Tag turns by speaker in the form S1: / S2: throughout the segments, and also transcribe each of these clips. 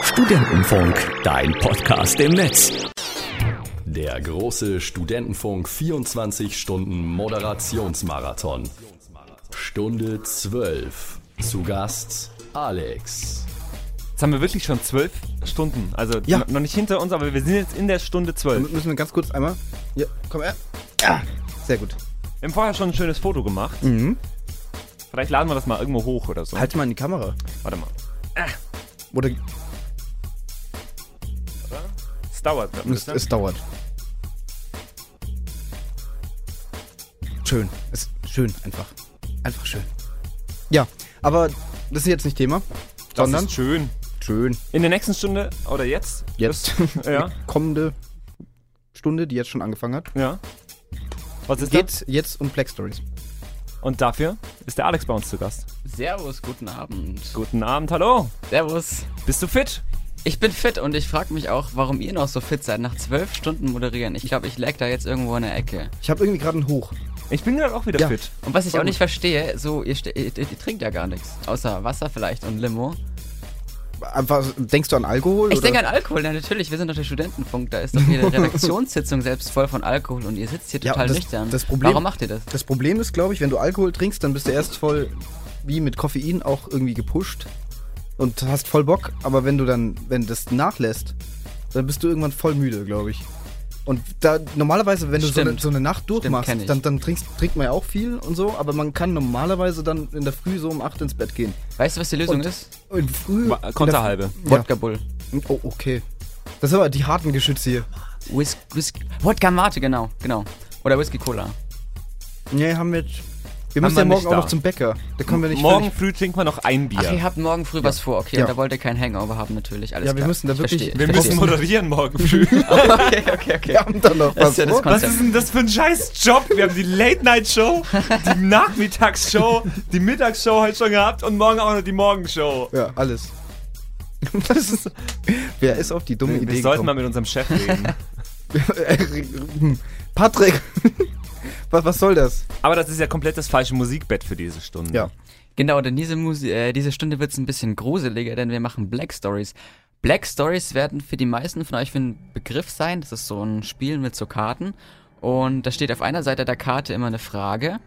S1: Studentenfunk, dein Podcast im Netz.
S2: Der große Studentenfunk 24 Stunden Moderationsmarathon. Stunde 12. Zu Gast Alex.
S3: Jetzt haben wir wirklich schon zwölf Stunden. Also
S4: Ja. Mhm.
S3: noch nicht hinter uns, aber wir sind jetzt in der Stunde zwölf.
S4: Mü- Müssen wir ganz kurz einmal. Ja, komm her. Ja, sehr gut.
S3: Wir haben vorher schon ein schönes Foto gemacht. Vielleicht laden wir das mal irgendwo hoch oder so.
S4: Mhm. Halt mal in die Kamera.
S3: Warte mal.
S4: Oder
S3: Es dauert. ne? ein
S4: es,
S3: bisschen.
S4: es dauert. Schön. Es, schön, einfach. Einfach schön. Ja, aber das ist jetzt nicht Thema,
S3: das
S4: sondern
S3: ist schön.
S4: schön.
S3: In der nächsten Stunde oder jetzt?
S4: Jetzt.
S3: Das, ja,
S4: Kommende Stunde, die jetzt schon angefangen hat.
S3: ja. Was ist das?
S4: Geht jetzt um Black Stories.
S3: Und dafür ist der Alex bei uns zu Gast.
S5: Servus, guten Abend.
S3: Guten Abend, hallo.
S5: Servus.
S3: Bist du fit?
S5: Ich bin fit und ich frage mich auch, warum ihr noch so fit seid nach zwölf Stunden moderieren. Ich glaube, ich lag da jetzt irgendwo in der Ecke.
S4: Ich habe irgendwie gerade einen Hoch.
S3: Ich bin gerade auch wieder
S4: Ja.
S3: fit.
S5: Und was ich
S4: Voll
S5: auch nicht verstehe, so ihr, ste- ihr, ihr, ihr trinkt ja gar nichts, außer Wasser vielleicht und Limo.
S4: Einfach, denkst du an Alkohol?
S5: Ich
S4: oder?
S5: denke an Alkohol, ja, natürlich, wir sind doch der Studentenfunk, da ist doch jede Redaktionssitzung selbst voll von Alkohol und ihr sitzt hier
S4: Ja,
S5: total
S4: das-
S5: nüchtern.
S4: das Problem-
S5: Warum macht ihr das?
S4: Das Problem ist, glaube ich, wenn du Alkohol trinkst, dann bist du erst voll wie mit Koffein auch irgendwie gepusht und hast voll Bock, aber wenn du dann, wenn das nachlässt, dann bist du irgendwann voll müde, glaube ich. Und da normalerweise, wenn du so eine,
S5: Stimmt.
S4: so eine Nacht durchmachst,
S5: kenn ich.
S4: dann, dann trinkst, trinkt man ja auch viel und so, aber man kann normalerweise dann in der Früh so um 8 ins Bett gehen.
S5: Weißt du, was die Lösung
S4: Und-
S5: ist?
S4: Und früh.
S3: Wa- Konterhalbe.
S4: in der Früh-
S5: Wodka Bull.
S4: Ja. Oh, okay. Das sind aber die harten Geschütze hier.
S5: Whis Whisky. Wodka Mate, genau, genau. Oder Whisky Cola.
S4: Nee, haben wir jetzt. Wir
S3: Haben
S4: müssen
S3: wir
S4: ja morgen
S3: nicht
S4: auch
S3: da.
S4: noch zum Bäcker. Da können wir nicht
S3: Morgen früh trinken wir noch ein
S5: Ach, ihr
S3: Bier.
S5: habt morgen früh was vor, okay,
S4: Ja.
S5: und da wollt ihr kein Hangover haben natürlich, alles
S4: Ja, wir
S5: klar.
S4: müssen da
S5: Ich
S4: wirklich-
S5: verstehe,
S3: Wir
S5: ich verstehe.
S3: müssen moderieren morgen früh.
S5: Okay, okay, okay.
S4: Wir haben dann noch
S5: Das
S4: was.
S5: ist ja das
S4: vor.
S3: Was ist denn das für ein scheiß Job? Wir haben die Late-Night-Show, die Nachmittagsshow, die Mittagsshow heute schon gehabt und morgen auch noch die Morgenshow.
S4: Ja, alles. Das ist, wer ist auf die dumme
S3: Wir
S4: Idee
S3: sollten mal
S4: gekommen?
S3: mit unserem Chef reden.
S4: Patrick, was, was soll das?
S3: Aber das ist ja komplett das falsche Musikbett für diese Stunde.
S4: Ja.
S5: Genau, denn diese, Musi äh, diese Stunde wird es ein bisschen gruseliger, denn wir machen Black Stories. Black Stories werden für die meisten von euch für einen Begriff sein. Das ist so ein Spiel mit so Karten. Und da steht auf einer Seite der Karte immer eine Frage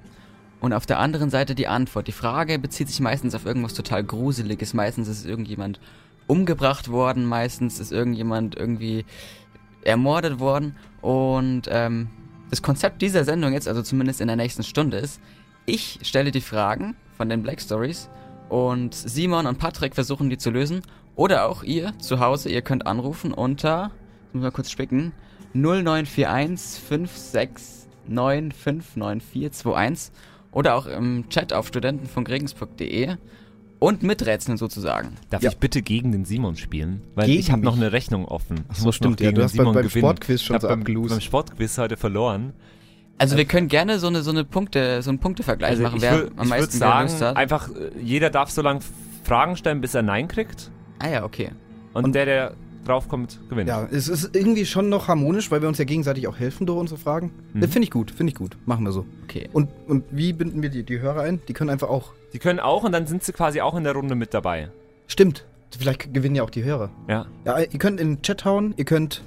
S5: und auf der anderen Seite die Antwort. Die Frage bezieht sich meistens auf irgendwas total Gruseliges. Meistens ist irgendjemand umgebracht worden, meistens ist irgendjemand irgendwie ermordet worden. Und ähm, das Konzept dieser Sendung jetzt, also zumindest in der nächsten Stunde, ist, ich stelle die Fragen von den Black Stories und Simon und Patrick versuchen die zu lösen. Oder auch ihr zu Hause, ihr könnt anrufen unter, jetzt muss ich mal kurz spicken, 0941 569594421 oder auch im Chat auf studentenvonregensburg.de und miträtseln sozusagen.
S3: Darf
S4: Ja.
S3: ich bitte gegen den Simon spielen? Weil
S4: Gegen
S3: ich habe noch
S4: mich?
S3: eine Rechnung offen. Ich
S4: so,
S3: muss
S4: stimmt,
S3: noch
S4: ja,
S3: gegen
S4: du
S3: den
S4: hast beim-
S3: Simon
S4: beim
S3: gewinnen.
S4: Sportquiz schon
S3: ich hab
S4: so
S3: beim,
S4: abgelost.
S3: beim Sportquiz heute verloren.
S5: Also wir können gerne so eine, so eine Punkte, so einen Punktevergleich
S3: Also
S5: machen,
S3: ich
S5: wer
S3: wür-
S5: am
S3: ich würde
S5: meisten gelöst
S3: sagen,
S5: hat.
S3: einfach äh, jeder darf so lange Fragen stellen, bis er Nein kriegt.
S5: Ah ja, okay.
S3: Und, der, der draufkommt, gewinnt.
S4: Ja, es ist irgendwie schon noch harmonisch, weil wir uns ja gegenseitig auch helfen durch unsere Fragen.
S3: Mhm.
S4: Ne, Finde ich gut, finde ich gut. Machen wir so.
S5: Okay.
S4: Und, und wie binden wir die, die Hörer ein? Die können einfach auch.
S3: Die können auch und dann sind sie quasi auch in der Runde mit dabei.
S4: Stimmt, vielleicht gewinnen ja auch die Hörer.
S3: Ja.
S4: Ja, ihr könnt in den Chat hauen, ihr könnt.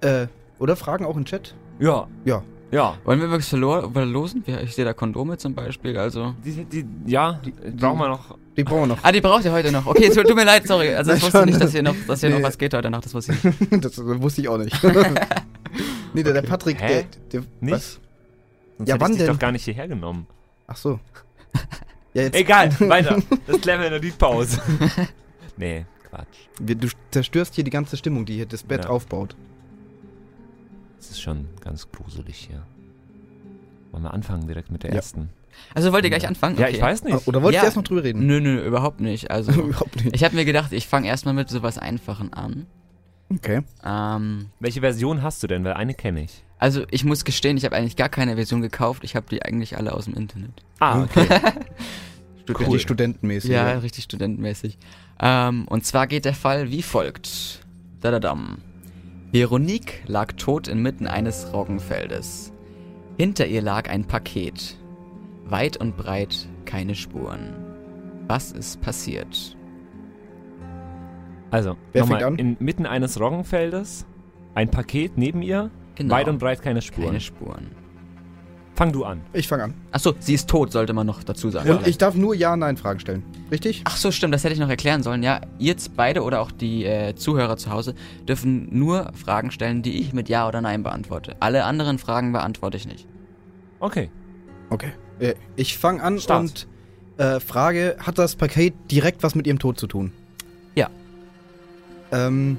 S4: Äh, oder Fragen auch in den Chat?
S3: Ja.
S4: Ja.
S3: Ja.
S5: Wollen wir wirklich verlo- verlosen? Wir- Ich sehe da Kondome zum Beispiel, also.
S3: Die, die, ja, brauchen wir noch.
S4: Die brauchen wir noch.
S5: Ah, die braucht ihr heute noch. Okay, es tut tut mir leid, sorry. Also ich
S4: Nein,
S5: wusste
S4: schon.
S5: nicht, dass hier noch, dass hier
S4: Nee.
S5: noch was geht heute Nacht. Das wusste ich. nicht.
S4: Das äh, wusste ich auch nicht. nee, der, der Patrick,
S3: Hä?
S4: der. der
S3: Nicht?
S4: Was?
S3: Sonst
S4: Ja,
S3: hätte
S4: wann
S3: ich dich
S4: denn?
S3: doch gar nicht hierher genommen.
S4: Ach so. Ja, jetzt.
S3: Egal, weiter. Das klären wir in der Liedpause. nee, Quatsch.
S4: Wir, du zerstörst hier die ganze Stimmung, die hier das Bett
S3: Ja.
S4: aufbaut.
S3: Das ist schon ganz gruselig hier. Wollen wir anfangen direkt mit der
S4: Ja. Ah,
S3: ersten?
S5: Also wollt ihr gleich anfangen?
S3: Ja,
S5: Okay.
S3: ich weiß nicht.
S4: Oder wolltest
S5: Ja.
S4: du erst noch drüber reden?
S5: Nö, nö, überhaupt nicht. Also
S4: Überhaupt nicht.
S5: ich habe mir gedacht, ich fange erstmal mit sowas Einfachen an.
S4: Okay.
S5: Ähm,
S3: Welche Version hast du denn? Weil eine kenne ich.
S5: also ich muss gestehen, ich habe eigentlich gar keine Version gekauft. Ich habe die eigentlich alle aus dem Internet.
S3: Ah, okay.
S4: Richtig studentenmäßig.
S5: Ja, richtig studentenmäßig. Ähm, und zwar geht der Fall wie folgt. Dadadam. Veronique lag tot inmitten eines Roggenfeldes. Hinter ihr lag ein Paket. Weit und breit keine Spuren. Was ist passiert?
S3: Also,
S4: Wer
S3: nochmal,
S4: fängt an?
S3: inmitten eines Roggenfeldes, ein Paket neben ihr,
S5: Genau.
S3: weit und breit keine Spuren.
S5: Keine Spuren.
S3: Fang du an.
S4: Ich fange an.
S5: Achso, sie ist tot, sollte man noch dazu sagen.
S4: Und ich darf nur Ja-Nein-Fragen stellen. Richtig?
S5: Ach so, stimmt, das hätte ich noch erklären sollen. Ja, ihr z- beide oder auch die äh, Zuhörer zu Hause dürfen nur Fragen stellen, die ich mit Ja oder Nein beantworte. Alle anderen Fragen beantworte ich nicht.
S3: Okay.
S4: Okay. Äh, Ich fange an
S3: Start.
S4: und äh, frage, hat das Paket direkt was mit ihrem Tod zu tun?
S5: Ja.
S4: Ähm,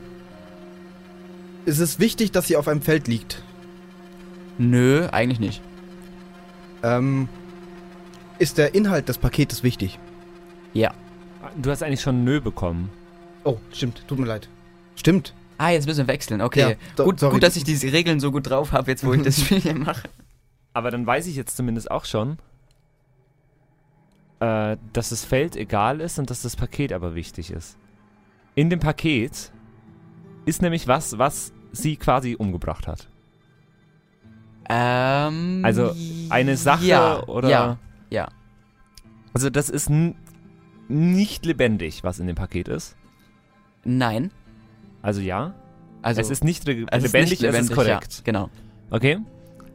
S4: ist es wichtig, dass sie auf einem Feld liegt?
S5: Nö, eigentlich nicht.
S4: Ähm, ist der Inhalt des Paketes wichtig?
S5: Ja.
S3: Du hast eigentlich schon Nö bekommen.
S4: Oh, stimmt. Tut mir leid. Stimmt.
S5: Ah, jetzt müssen wir wechseln. Okay.
S4: Ja, so-
S5: gut,
S4: sorry.
S5: gut, dass ich diese Regeln so gut drauf habe, jetzt wo ich das Spiel hier mache.
S3: Aber dann weiß ich jetzt zumindest auch schon, äh, dass das Feld egal ist und dass das Paket aber wichtig ist. In dem Paket ist nämlich was, was sie quasi umgebracht hat.
S5: Ähm.
S3: Also eine Sache
S5: ja,
S3: oder.
S5: Ja. ja.
S3: Also das ist n- nicht lebendig, was in dem Paket ist.
S5: Nein.
S3: Also ja.
S5: Also
S3: es ist nicht re-
S5: es ist
S3: lebendig,
S5: nicht
S3: es ist korrekt.
S5: Ja, genau.
S3: Okay.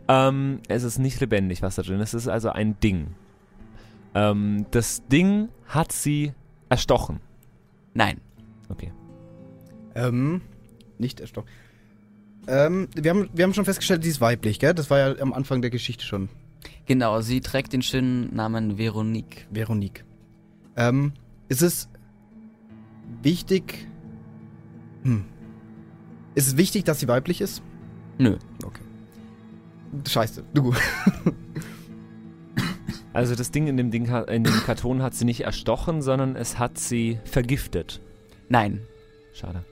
S3: Ähm, es ist nicht lebendig, was da drin ist. Es ist also ein Ding. Ähm, das Ding hat sie erstochen.
S5: Nein.
S3: Okay.
S4: Ähm, nicht erstaunt. Ähm, wir haben, wir haben schon festgestellt, sie ist weiblich, gell? Das war ja am Anfang der Geschichte schon.
S5: Genau, sie trägt den schönen Namen Veronique.
S4: Veronique. Ähm, ist es wichtig. Hm. Ist es wichtig, dass sie weiblich ist?
S5: Nö.
S4: Okay. Scheiße. Du.
S3: Also das Ding in dem, Ding, ha- in dem Karton hat sie nicht erstochen, sondern es hat sie vergiftet.
S5: Nein.
S3: Schade.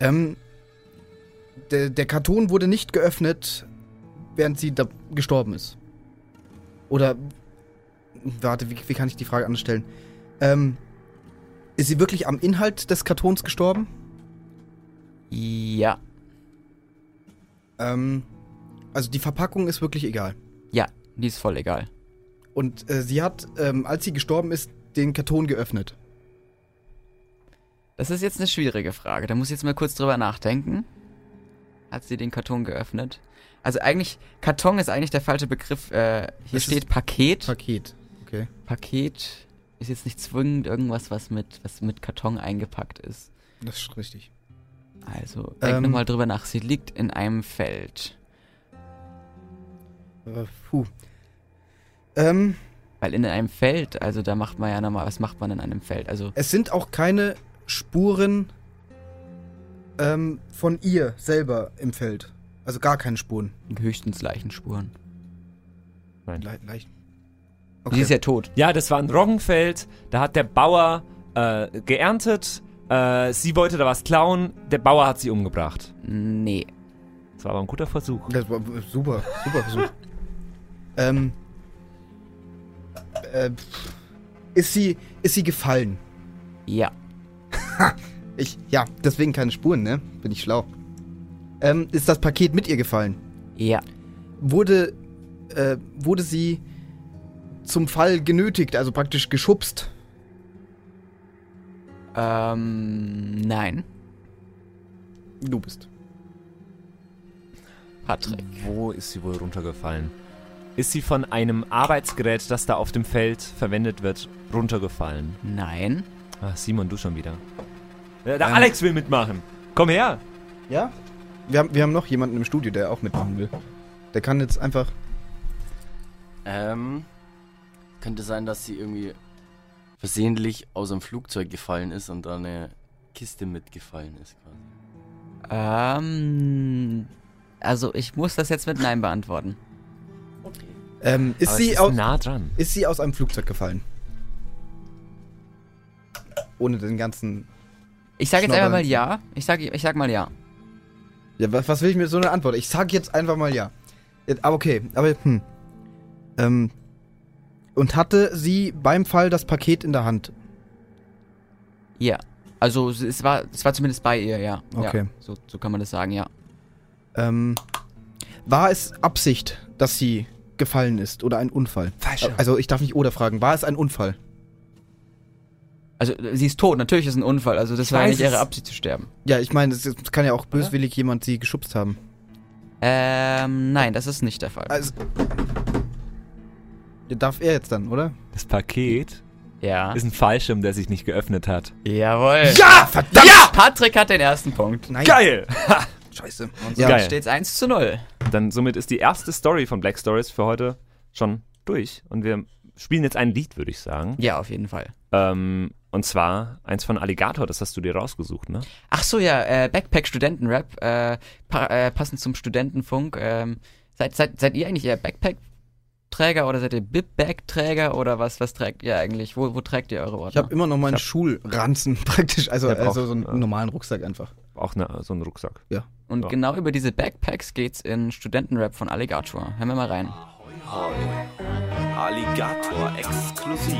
S4: Ähm, der, der Karton wurde nicht geöffnet, während sie da gestorben ist. Oder. Warte, wie, wie kann ich die Frage anstellen? Ähm, ist sie wirklich am Inhalt des Kartons gestorben?
S5: Ja.
S4: Ähm, also die Verpackung ist wirklich egal.
S5: Ja. Die ist voll egal.
S4: Und äh, sie hat, ähm, als sie gestorben ist, den Karton geöffnet.
S5: Das ist jetzt eine schwierige Frage. Da muss ich jetzt mal kurz drüber nachdenken. Hat sie den Karton geöffnet? Also eigentlich, Karton ist eigentlich der falsche Begriff. Äh, hier
S4: Es
S5: steht
S4: ist-
S5: Paket.
S4: Paket. Okay.
S5: Paket ist jetzt nicht zwingend irgendwas, was mit, was mit Karton eingepackt ist.
S4: Das ist richtig.
S5: Also denk
S4: Ähm.
S5: nochmal drüber nach. Sie liegt in einem Feld.
S4: Äh, puh. Ähm,
S5: Weil in einem Feld, also da macht man ja nochmal, was macht man in einem Feld? Also
S4: es sind auch keine Spuren ähm, von ihr selber im Feld. Also gar keine Spuren.
S5: höchstens Leichenspuren.
S4: Le leicht.
S5: Sie ist ja tot.
S3: Ja, das war ein Roggenfeld. Da hat der Bauer äh, geerntet. Äh, sie wollte da was klauen. Der Bauer hat sie umgebracht.
S5: Nee.
S3: Das war aber ein guter Versuch.
S4: Das war super, super Versuch. ähm, äh, pff. ist sie, ist sie gefallen?
S5: Ja.
S4: Ich, ja, deswegen keine Spuren, ne? Bin ich schlau. Ähm, ist das Paket mit ihr gefallen?
S5: Ja.
S4: Wurde, äh, wurde sie zum Fall genötigt, also praktisch geschubst?
S5: Ähm, nein.
S4: Du bist.
S5: Patrick.
S3: Wo ist sie wohl runtergefallen? Ist sie von einem Arbeitsgerät, das da auf dem Feld verwendet wird, runtergefallen?
S5: Nein.
S3: Ach, Simon, du schon wieder. Äh, der Alex will mitmachen. Komm her.
S4: Ja? Wir haben, wir haben noch jemanden im Studio, der auch mitmachen will. Der kann jetzt einfach.
S2: Ähm, könnte sein, dass sie irgendwie versehentlich aus dem Flugzeug gefallen ist und da eine Kiste mitgefallen ist quasi.
S5: Ähm, also ich muss das jetzt mit Nein beantworten.
S4: Ähm, ist,
S3: Aber
S4: sie
S3: es
S4: aus,
S3: nah dran.
S4: ist sie aus einem Flugzeug gefallen? Ohne den ganzen.
S5: Ich sage jetzt einfach
S4: Schnoddern.
S5: mal ja. Ich sage ich sag mal ja.
S4: Ja, was, was will ich mit so einer Antwort? Ich sag jetzt einfach mal ja. Jetzt- Aber okay, aber hm. Ähm. Und hatte sie beim Fall das Paket in der Hand?
S5: Ja. Also es- es war, es war zumindest bei ihr, ja. Ja,
S4: Okay.
S5: so, so kann man das sagen, ja.
S4: Ähm, war es Absicht, dass sie gefallen ist oder ein Unfall?
S3: Falsch.
S4: Also ich darf nicht oder fragen. War es ein Unfall?
S5: Also äh, sie ist tot, natürlich ist ein Unfall, also das
S3: Ich
S5: war ja
S3: weiß
S5: nicht ihre
S3: es.
S5: Absicht zu sterben.
S4: Ja, ich meine, es es kann ja auch böswillig jemand sie geschubst haben.
S5: Ähm, nein, das ist nicht der Fall.
S4: Also. Ja, Darf er jetzt dann, oder?
S3: Das Paket
S5: ja.
S3: ist ein Fallschirm, der sich nicht geöffnet hat.
S5: Jawohl.
S6: Ja! Verdammt! Ja!
S5: Patrick hat den ersten Punkt.
S4: Nein.
S3: Geil!
S4: Scheiße.
S5: Ja,
S3: Geil.
S5: steht's 1 zu 0.
S3: Dann somit ist die erste Story von Black Stories für heute schon durch. Und wir spielen jetzt ein Lied, würde ich sagen.
S5: Ja, auf jeden Fall.
S3: Ähm, und zwar eins von Alligator, das hast du dir rausgesucht, ne?
S5: Ach so, ja, äh, Backpack Studentenrap, äh, pa äh, passend zum Studentenfunk. Ähm, seid, seid, seid ihr eigentlich eher Backpack-Träger oder seid ihr Bib-Bag-Träger oder was, was trägt ihr eigentlich? Wo, wo trägt ihr eure
S4: Ich
S5: Ordner?
S4: habe immer noch meinen
S3: Ich
S4: Schulranzen praktisch, also,
S3: Der braucht-
S4: also so einen
S3: ja.
S4: normalen Rucksack einfach.
S3: Auch ne, so einen Rucksack.
S5: Und
S3: Ja.
S5: genau über diese Backpacks geht's in Studentenrap von Alligator. Hören wir mal rein.
S7: Alligator exklusiv.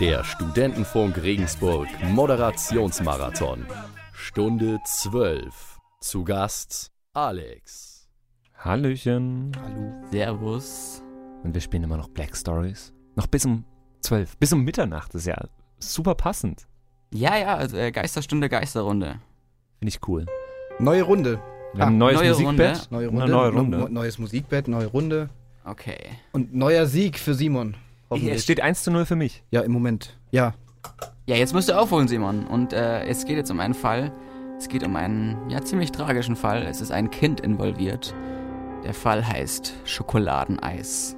S8: Der Studentenfunk Regensburg Moderationsmarathon. Stunde 12. Zu Gast Alex.
S3: Hallöchen.
S5: Servus.
S3: Und wir spielen immer noch Black Stories. Noch bis um 12, bis um Mitternacht. Das ist ja super passend.
S5: Ja, ja, also äh, Geisterstunde, Geisterrunde.
S3: Finde ich cool.
S4: Neue Runde.
S3: Wir haben ein neues
S5: neue
S3: Musikbett.
S5: Runde.
S4: Neue
S3: Eine
S4: Runde.
S3: neue
S4: no-
S3: Runde.
S4: no- neues Musikbett, neue Runde.
S5: Okay.
S4: Und neuer Sieg für Simon.
S3: Es
S4: Hoffentlich.
S3: steht 1 zu 0 für mich.
S4: Ja, im Moment. Ja.
S5: Ja, jetzt müsst ihr aufholen, Simon. Und äh, es geht jetzt um einen Fall. Es geht um einen ja ziemlich tragischen Fall. Es ist ein Kind involviert. Der Fall heißt Schokoladeneis.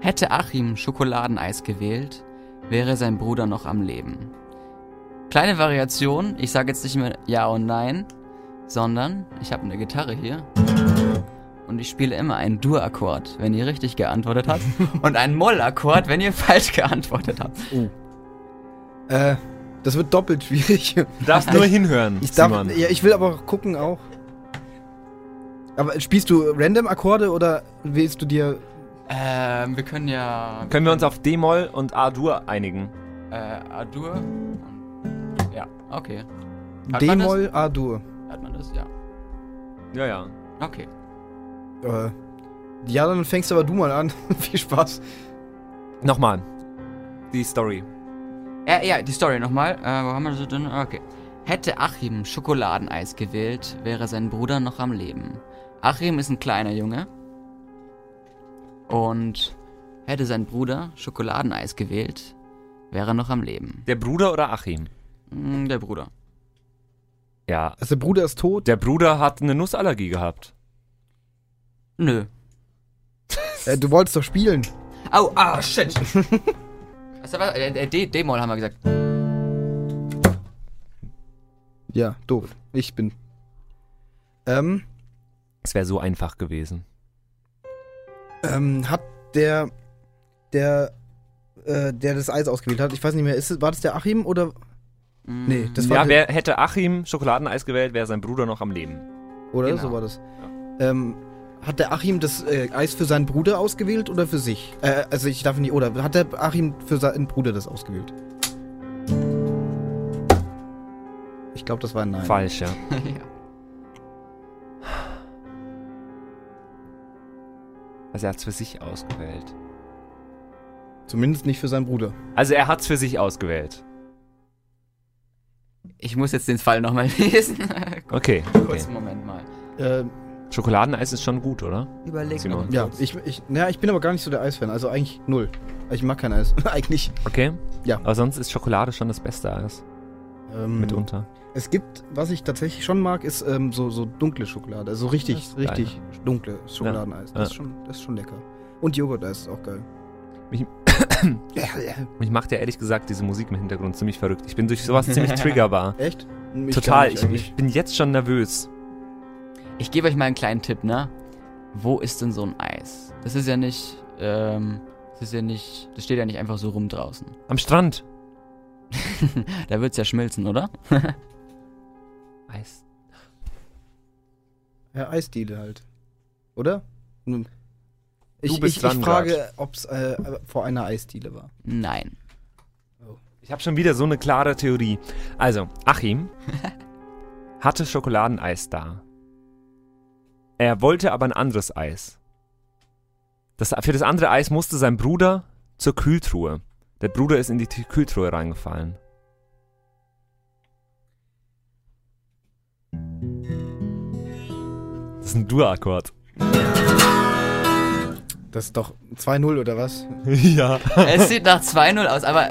S5: Hätte Achim Schokoladeneis gewählt, wäre sein Bruder noch am Leben. Kleine Variation. Ich sage jetzt nicht mehr ja und nein, sondern ich habe eine Gitarre hier. Und ich spiele immer einen Dur-Akkord, wenn ihr richtig geantwortet habt, und einen Moll-Akkord, wenn ihr falsch geantwortet habt.
S4: Äh, das wird doppelt schwierig.
S3: Du darfst nur hinhören,
S4: Ich darf,
S3: Simon.
S4: ja, ich will aber auch gucken auch. Aber spielst du random Akkorde oder wählst du dir
S5: Ähm, wir können ja.
S3: Können wir uns auf D-Moll und A-Dur einigen?
S5: Äh, A-Dur. Ja, okay. Hat man das?
S4: D-Moll, A-Dur?
S5: Hat man das? Ja.
S3: Ja, ja.
S5: Okay.
S4: Äh, ja, dann fängst aber du mal an. Viel Spaß.
S3: Nochmal. Die Story.
S5: Äh, ja, die Story nochmal. Äh, wo haben wir sie denn? Okay. Hätte Achim Schokoladeneis gewählt, wäre sein Bruder noch am Leben. Achim ist ein kleiner Junge. Und hätte sein Bruder Schokoladeneis gewählt, wäre noch am Leben.
S3: Der Bruder oder Achim?
S5: Hm, der Bruder.
S3: Ja.
S4: Also, der Bruder ist tot.
S3: Der Bruder hat eine Nussallergie gehabt.
S5: Nö.
S4: Äh, du wolltest doch spielen.
S5: Au, ah, shit. Was, was, äh, äh, D- D-Moll haben wir gesagt.
S4: Ja, doof. Ich bin. Ähm,
S3: Es wäre so einfach gewesen.
S4: ähm, hat der, der, äh, der das Eis ausgewählt hat, ich weiß nicht mehr, ist, es- war das der Achim oder? Nee, das war
S3: Ja,
S4: der,
S3: wer hätte Achim Schokoladeneis gewählt, wäre sein Bruder noch am Leben.
S4: oder?
S5: genau.
S4: So war das. Ähm, hat der Achim das äh, Eis für seinen Bruder ausgewählt oder für sich? Äh, also ich darf nicht, oder hat der Achim für seinen Bruder das ausgewählt? Ich glaube, das war ein Nein.
S3: Falsch, ja.
S5: ja.
S3: Also er hat es für sich ausgewählt.
S4: Zumindest nicht für seinen Bruder.
S3: Also er hat es für sich ausgewählt.
S5: Ich muss jetzt den Fall nochmal lesen.
S3: Okay.
S5: Kurz,
S3: okay.
S5: Moment mal.
S4: Ähm,
S3: Schokoladeneis ist schon gut, oder?
S5: Überleg
S3: Simon.
S5: mal.
S4: Ja, ich, ich, naja, ich bin aber gar nicht so der Eisfan. Also eigentlich null. Ich mag kein Eis. eigentlich.
S3: Okay.
S4: Ja.
S3: Aber sonst ist Schokolade schon das beste Eis. Mhm.
S4: Ähm,
S3: Mitunter.
S4: Es gibt, was ich tatsächlich schon mag, ist ähm, so, so dunkle Schokolade. Also richtig,
S3: Das ist
S4: richtig dunkle Schokoladeneis.
S3: Ja.
S4: Das, ist schon, das ist schon lecker. Und Joghurt-Eis ist auch geil.
S3: Mich-
S4: Ja, ja.
S3: Mich macht ja ehrlich gesagt diese Musik im Hintergrund ziemlich verrückt. Ich bin durch sowas ziemlich triggerbar.
S4: Echt? Mich
S3: Total.
S4: gar nicht
S3: Ich,
S4: eigentlich.
S3: ich bin jetzt schon nervös.
S5: Ich gebe euch mal einen kleinen Tipp, ne? Wo ist denn so ein Eis? Das ist ja nicht, ähm, das ist ja nicht, das steht ja nicht einfach so rum draußen.
S3: Am Strand.
S5: Da wird's ja schmilzen, oder?
S3: Eis.
S4: Ja, Eisdiele halt. Oder? Nun, Ich,
S3: bist
S4: ich,
S3: dran,
S4: ich frage, ob es äh, vor einer Eisdiele war.
S5: Nein.
S3: Ich habe schon wieder so eine klare Theorie. Also, Achim hatte Schokoladeneis da. Er wollte aber ein anderes Eis. Das, für das andere Eis musste sein Bruder zur Kühltruhe. Der Bruder ist in die T- Kühltruhe reingefallen. Das ist ein Dur-Akkord.
S4: Das ist doch 2-0 oder was?
S3: ja.
S5: Es sieht nach 2-0 aus, aber.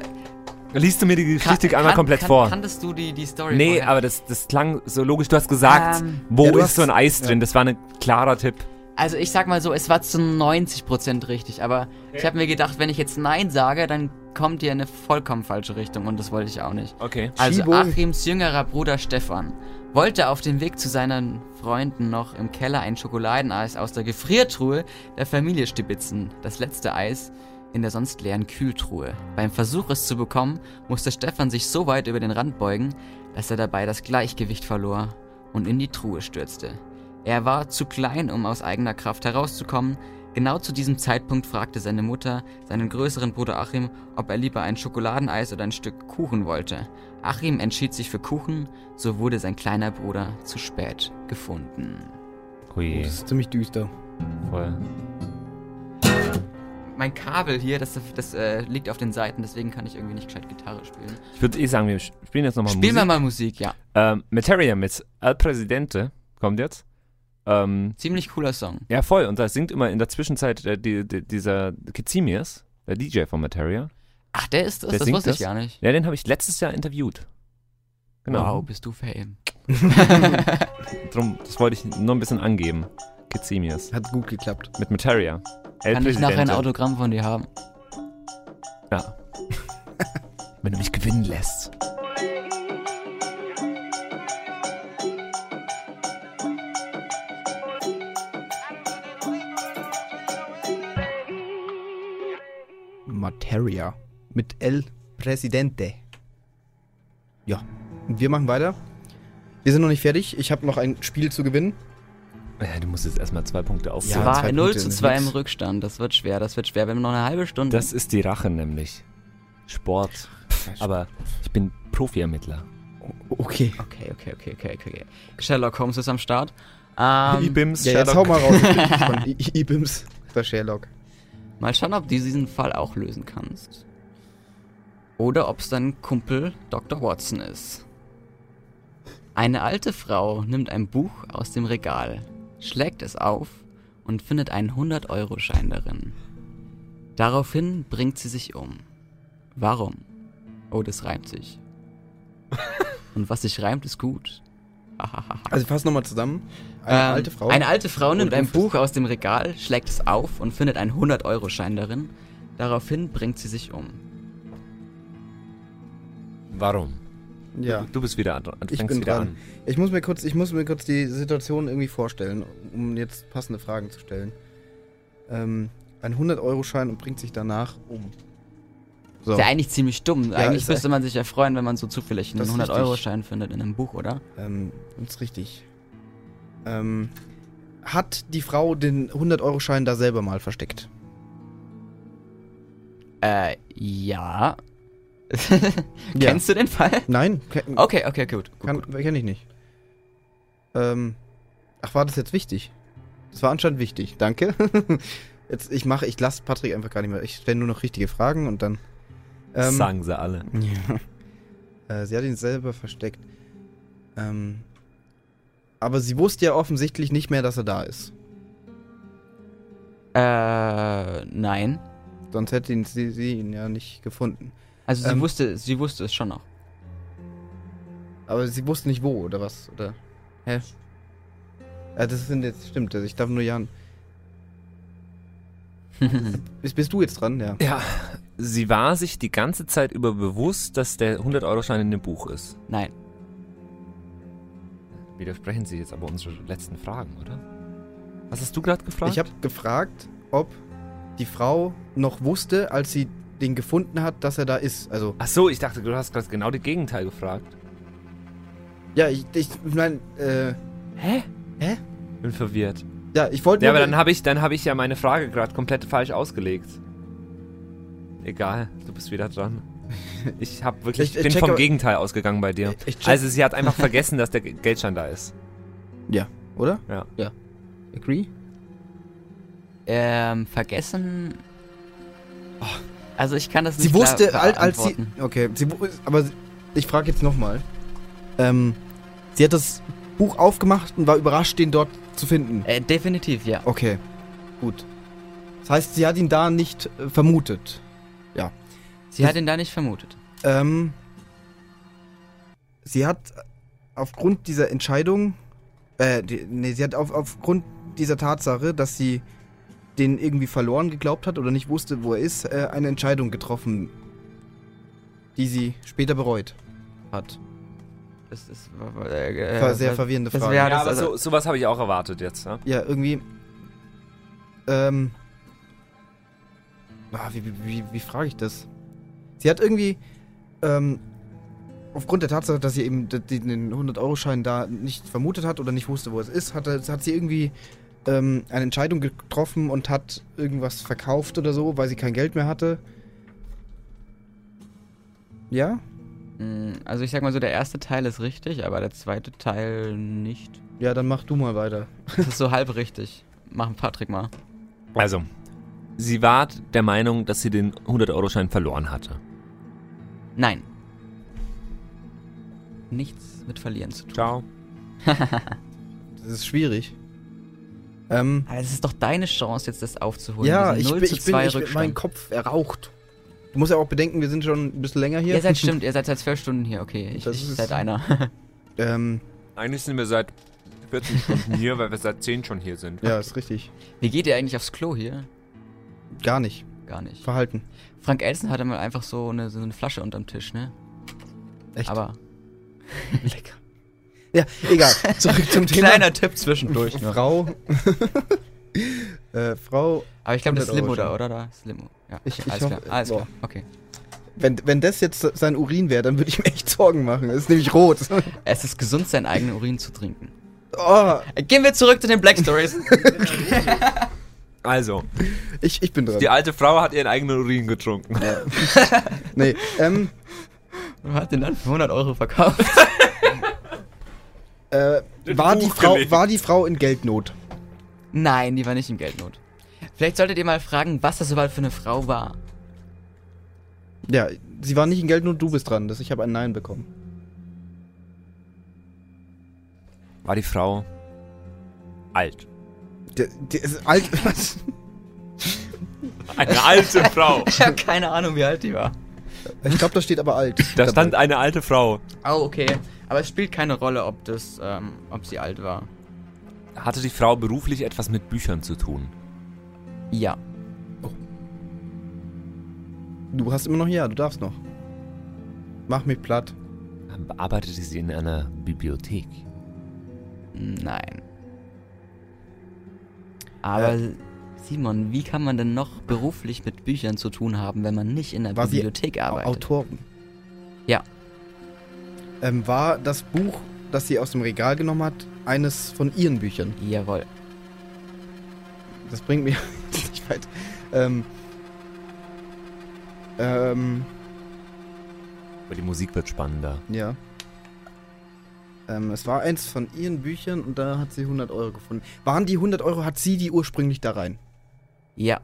S3: Liest du mir die Geschichte
S5: Kann-
S3: einmal
S5: kann-
S3: komplett
S5: kann-
S3: vor?
S5: Kanntest du die, die Story?
S3: nee,
S5: vorher?
S3: aber das, das klang so logisch. Du hast gesagt,
S5: Ähm,
S3: wo
S4: Ja, du
S3: ist
S4: hast-
S3: so ein Eis
S4: ja.
S3: drin? Das war ein klarer Tipp.
S5: Also ich sag mal so, es war zu 90% richtig, aber ich habe mir gedacht, wenn ich jetzt Nein sage, dann kommt ihr in eine vollkommen falsche Richtung und das wollte ich auch nicht.
S3: Okay.
S5: Also
S4: Schiebung.
S5: Achims jüngerer Bruder Stefan wollte auf dem Weg zu seinen Freunden noch im Keller ein Schokoladeneis aus der Gefriertruhe der Familie stibitzen. Das letzte Eis in der sonst leeren Kühltruhe. Beim Versuch, es zu bekommen, musste Stefan sich so weit über den Rand beugen, dass er dabei das Gleichgewicht verlor und in die Truhe stürzte. Er war zu klein, um aus eigener Kraft herauszukommen. Genau zu diesem Zeitpunkt fragte seine Mutter seinen größeren Bruder Achim, ob er lieber ein Schokoladeneis oder ein Stück Kuchen wollte. Achim entschied sich für Kuchen, so wurde sein kleiner Bruder zu spät gefunden.
S3: Ui,
S4: Das ist ziemlich düster.
S3: voll.
S5: Mein Kabel hier, das, das äh, liegt auf den Seiten, deswegen kann ich irgendwie nicht gescheit Gitarre spielen.
S3: Ich würde eh sagen, wir sch- spielen jetzt nochmal
S5: Spielen wir
S3: Musik.
S5: mal Musik, ja.
S3: Ähm, Materia mit El Presidente kommt jetzt. Ähm,
S5: Ziemlich cooler Song.
S3: ja, voll. Und da singt immer in der Zwischenzeit äh, die, die, dieser Kizimias, der DJ von Materia.
S5: Ach, der ist das?
S3: Der
S5: das
S3: singt
S5: wusste ich
S3: das?
S5: gar nicht.
S3: Ja, den habe ich letztes Jahr interviewt. Genau.
S5: Wow, bist du Fame.
S3: Drum, das wollte ich nur ein bisschen angeben. Kizimias.
S4: Hat gut geklappt.
S3: Mit Materia. El
S5: Kann ich nachher ein
S3: Presidente.
S5: Autogramm von dir haben?
S3: Ja. Wenn du mich gewinnen lässt.
S4: Materia. Mit El Presidente. Ja. Und wir machen weiter. Wir sind noch nicht fertig. Ich habe noch ein Spiel zu gewinnen.
S3: Ja, du musst jetzt erstmal zwei Punkte auf.
S4: Ja,
S5: War
S4: zwei
S5: 0
S4: Punkte,
S5: zu
S4: nix.
S5: 2 im Rückstand. Das wird schwer, das wird schwer. Wir haben noch eine halbe Stunde.
S3: Das ist die Rache nämlich. Sport. Aber ich bin Profi-Ermittler.
S4: Okay.
S5: okay, okay, okay, okay, okay, okay. Sherlock Holmes ist am Start. Ähm,
S3: Ibims,
S4: Ja, jetzt hau mal raus. Ich bin gespannt. I- I- Ibims, der Sherlock.
S5: mal schauen, ob du diesen Fall auch lösen kannst. Oder ob es dein Kumpel Dr. Watson ist. Eine alte Frau nimmt ein Buch aus dem Regal, schlägt es auf und findet einen 100-Euro-Schein darin. Daraufhin bringt sie sich um. Warum? Oh, das reimt sich. Und was sich reimt, ist gut. Hahaha.
S4: Also fass nochmal zusammen. Eine
S5: Ähm,
S4: alte Frau.
S5: Eine alte Frau nimmt
S4: Und
S5: ein
S4: ruft
S5: Buch aus dem Regal, schlägt es auf und findet einen 100-Euro-Schein darin. Daraufhin bringt sie sich um.
S3: Warum?
S4: ja.
S3: Du bist wieder dran. Du
S4: Ich
S3: fängst
S4: bin
S3: wieder
S4: dran.
S3: an.
S4: Ich muss mir kurz, ich muss mir kurz die Situation irgendwie vorstellen, um jetzt passende Fragen zu stellen. Ähm, ein 100-Euro-Schein und bringt sich danach um. So.
S5: Ist ja eigentlich ziemlich dumm. eigentlich
S4: ist
S5: müsste man sich ja freuen, wenn man so zufällig einen
S4: Das ist richtig.
S5: 100-Euro-Schein findet in einem Buch, oder?
S4: Ähm, ist richtig. Ähm, hat die Frau den 100-Euro-Schein da selber mal versteckt?
S5: Äh, ja. Kennst du den Fall?
S4: Nein? Ke okay.
S5: Okay, okay, gut. gut,
S4: Kann,
S5: gut.
S4: Kenne ich nicht. Ähm, ach, war das jetzt wichtig? Das war anscheinend wichtig. Danke. jetzt, ich mache, ich lasse Patrick einfach gar nicht mehr. Ich stelle nur noch richtige Fragen und dann.
S3: Das
S4: Ähm,
S3: Sagen sie alle.
S4: Ja. Äh, sie hat ihn selber versteckt. Ähm, aber sie wusste ja offensichtlich nicht mehr, dass er da ist.
S5: Äh, nein.
S4: Sonst hätte ihn, sie, sie ihn ja nicht gefunden.
S5: Also sie
S4: Ähm.
S5: wusste, sie wusste es schon noch.
S4: Aber sie wusste nicht wo, oder was? Oder? Hä? Ja, das sind jetzt, stimmt, also ich darf nur Jan. Bist, bist du jetzt dran? Ja.
S3: Sie war sich die ganze Zeit über bewusst, dass der 100-Euro-Schein in dem Buch ist.
S5: Nein.
S3: Widersprechen Sie jetzt aber unsere letzten Fragen, oder? Was hast du gerade gefragt?
S4: Ich habe gefragt, ob die Frau noch wusste, als sie den gefunden hat, dass er da ist. Also,
S3: Ach so, ich dachte, du hast gerade genau das Gegenteil gefragt.
S4: ja, ich, ich meine, äh,
S3: Hä?
S4: Hä?
S3: Bin verwirrt.
S4: ja, ich wollte
S3: Ja, aber
S4: nur-
S3: dann habe ich, dann habe ich ja meine Frage gerade komplett falsch ausgelegt. Egal, du bist wieder dran. Ich habe wirklich,
S4: Ich- ich
S3: bin
S4: check
S3: vom
S4: aber-
S3: Gegenteil ausgegangen bei dir.
S4: Ich check-
S3: Also sie hat einfach vergessen, dass der Ge- Geldschein da ist.
S4: oder?
S3: Ja.
S4: Ja. Agree?
S5: Ähm, vergessen. Oh, Also ich kann das nicht
S4: Sie wusste,
S5: klar
S4: alt, als sie.
S5: beantworten.
S4: Okay, sie, wu- aber sie- ich frage jetzt nochmal. Ähm, sie hat das Buch aufgemacht und war überrascht, den dort zu finden.
S5: Äh, definitiv, ja.
S4: Okay, gut. Das heißt, sie hat ihn da nicht äh, vermutet.
S5: Sie hat ihn da nicht vermutet.
S4: Ähm, sie hat aufgrund dieser Entscheidung, äh, die, nee, sie hat auf, aufgrund dieser Tatsache, dass sie den irgendwie verloren geglaubt hat oder nicht wusste, wo er ist, äh, eine Entscheidung getroffen, die sie später bereut hat.
S5: Das ist äh,
S4: War sehr
S5: was-
S4: verwirrende
S5: das
S4: Frage.
S5: wär-
S3: Ja,
S5: Ja, das-
S3: aber
S5: also-
S3: so, sowas habe ich auch erwartet jetzt. ne? Ja?
S4: Ja, irgendwie. Ähm. Ah, wie, wie, wie, wie frage ich das? Sie hat irgendwie. Ähm. Aufgrund der Tatsache, dass sie eben d- den den 100-Euro-Schein da nicht vermutet hat oder nicht wusste, wo es ist, hat, er- hat sie irgendwie ähm, eine Entscheidung getroffen und hat irgendwas verkauft oder so, weil sie kein Geld mehr hatte. Ja?
S5: Mm, Also ich sag mal so, der erste Teil ist richtig, aber der zweite Teil nicht.
S4: Ja, dann mach du mal weiter.
S5: Das ist so halb richtig. Machen Patrick mal.
S3: Also, sie war der Meinung, dass sie den 100-Euro-Schein verloren hatte.
S5: Nein. Nichts mit Verlieren zu tun.
S3: Ciao.
S4: Das ist schwierig. Ähm.
S5: Aber es ist doch deine Chance, jetzt das aufzuholen.
S4: Ja,
S5: Wir sind
S4: ich
S5: 0
S4: bin,
S5: zu
S4: ich bin,
S5: 2
S4: ich bin mein
S5: Rückstand.
S4: Kopf erraucht. Du musst ja auch bedenken, wir sind schon ein bisschen länger hier.
S5: Ihr seid stimmt, ihr seid seit zwölf Stunden hier, okay. Ich,
S4: Das
S5: ich
S4: ist-
S5: seid einer.
S4: ähm,
S3: Eigentlich sind wir seit 14 Stunden hier, weil wir seit 10 schon hier sind.
S4: ja, ist richtig.
S5: Wie geht ihr eigentlich aufs Klo hier?
S4: Gar nicht.
S5: Gar nicht.
S4: Verhalten.
S5: Frank Elsen hatte mal einfach so eine, so eine Flasche unterm Tisch, ne?
S4: Echt?
S5: Aber. Lecker.
S4: Ja, egal. Zurück zum Thema.
S5: Kleiner Tipp zwischendurch. ne?
S4: Frau. äh, Frau,
S5: Aber ich glaube, das
S4: 100
S5: ist Limo
S4: Euro
S5: da,
S4: schon.
S5: oder? Da ist Limo. Ja,
S4: Ich-
S5: okay,
S4: ich
S5: alles
S4: hoffe-
S5: klar. Alles
S4: boah.
S5: klar. Okay.
S4: wenn, wenn das jetzt sein Urin wäre, dann würde ich mir echt Sorgen machen. Es ist nämlich rot.
S5: Es ist gesund, seinen eigenen Urin zu trinken.
S4: Oh,
S5: Äh, Gehen wir zurück zu den Black Stories.
S3: Also,
S4: ich, ich bin dran.
S3: die alte Frau hat ihren eigenen Urin getrunken.
S4: Nee, ähm,
S5: Man hat den dann für 100 Euro verkauft.
S4: äh, war, die
S3: Buch
S4: Frau,
S3: gelegt.
S4: war die Frau in Geldnot?
S5: Nein, die war nicht in Geldnot. Vielleicht solltet ihr mal fragen, was das überhaupt für eine Frau war.
S4: Ja, sie war nicht in Geldnot, du bist dran. Das, ich habe ein Nein bekommen.
S3: War die Frau alt?
S4: Der, der ist alt.
S3: Eine alte Frau.
S5: Ich habe keine Ahnung, wie alt die war.
S4: ich glaube, da steht aber alt.
S3: Da
S4: dabei.
S3: stand eine alte Frau.
S5: Oh, okay. Aber es spielt keine Rolle, ob das, ähm, ob sie alt war.
S3: Hatte die Frau beruflich etwas mit Büchern zu tun?
S5: Ja.
S4: Du hast immer noch Ja, du darfst noch. Mach mich platt.
S3: Arbeitete sie in einer Bibliothek?
S5: Nein. Aber
S4: Äh.
S5: Simon, wie kann man denn noch beruflich mit Büchern zu tun haben, wenn man nicht in der
S4: War sie
S5: Bibliothek arbeitet?
S4: Autoren.
S5: Ja.
S4: Ähm, war das Buch, das sie aus dem Regal genommen hat, eines von ihren Büchern?
S5: Jawohl.
S4: Das bringt mich nicht weit. Ähm, ähm,
S3: Aber die Musik wird spannender.
S4: ja. Ähm, es war eins von ihren Büchern und da hat sie 100 Euro gefunden. Waren die 100 Euro, hat sie die ursprünglich da rein?
S5: Ja.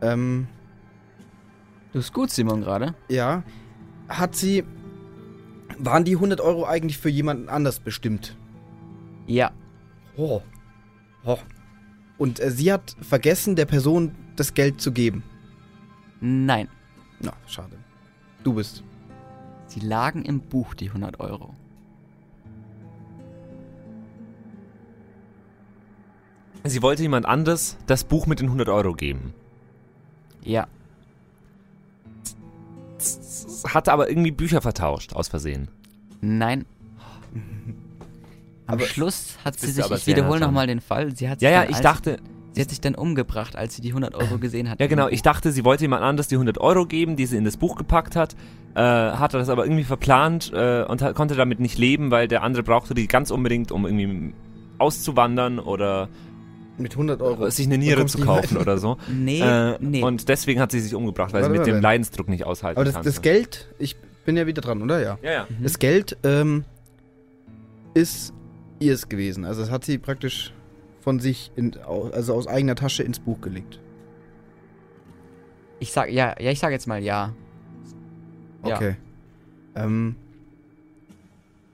S4: Ähm,
S5: Du bist gut, Simon, gerade.
S4: ja. Hat sie, waren die 100 Euro eigentlich für jemanden anders bestimmt?
S5: Ja.
S4: Oh. Oh. Und äh, sie hat vergessen, der Person das Geld zu geben.
S5: Nein.
S4: Na, schade. Du bist.
S5: Sie lagen im Buch, die 100 Euro.
S3: Sie wollte jemand anders das Buch mit den 100 Euro geben.
S5: Ja.
S3: Hatte aber irgendwie Bücher vertauscht, aus Versehen.
S5: Nein. Am
S4: Aber-
S5: Schluss hat sie
S3: Bist du
S5: sich,
S3: aber
S5: ich
S3: sehr nah
S5: wiederhole
S3: dran.
S5: nochmal den Fall, sie hat,
S3: Ja,
S5: sich
S3: ja,
S5: dann
S3: ich
S5: als-
S3: dachte,
S5: sie hat sich dann umgebracht, als sie die 100 Euro gesehen hat.
S3: ja genau,
S4: Mhm.
S3: ich dachte, sie wollte jemand anders die 100 Euro geben, die sie in das Buch gepackt hat, äh, hatte das aber irgendwie verplant äh, und hat, konnte damit nicht leben, weil der andere brauchte die ganz unbedingt, um irgendwie auszuwandern oder
S4: Mit 100 Euro.
S3: sich eine Niere
S4: bekommst
S3: zu
S4: du die
S3: kaufen
S4: Leid-
S3: oder so.
S5: Nee,
S3: äh,
S5: nee.
S3: Und deswegen hat sie sich umgebracht, weil
S4: Warte
S3: sie
S4: mal,
S3: mit dem
S4: wenn-
S3: Leidensdruck nicht aushalten
S4: Aber das,
S3: kannte.
S4: das Geld, ich bin ja wieder dran, oder? Ja.
S3: ja, ja.
S4: Das Geld ähm, ist ihrs gewesen. Also das hat sie praktisch von sich, in, au- also aus eigener Tasche ins Buch gelegt.
S5: Ich sag, ja, ja, ich sag jetzt mal ja. Ja.
S4: Okay. Ähm,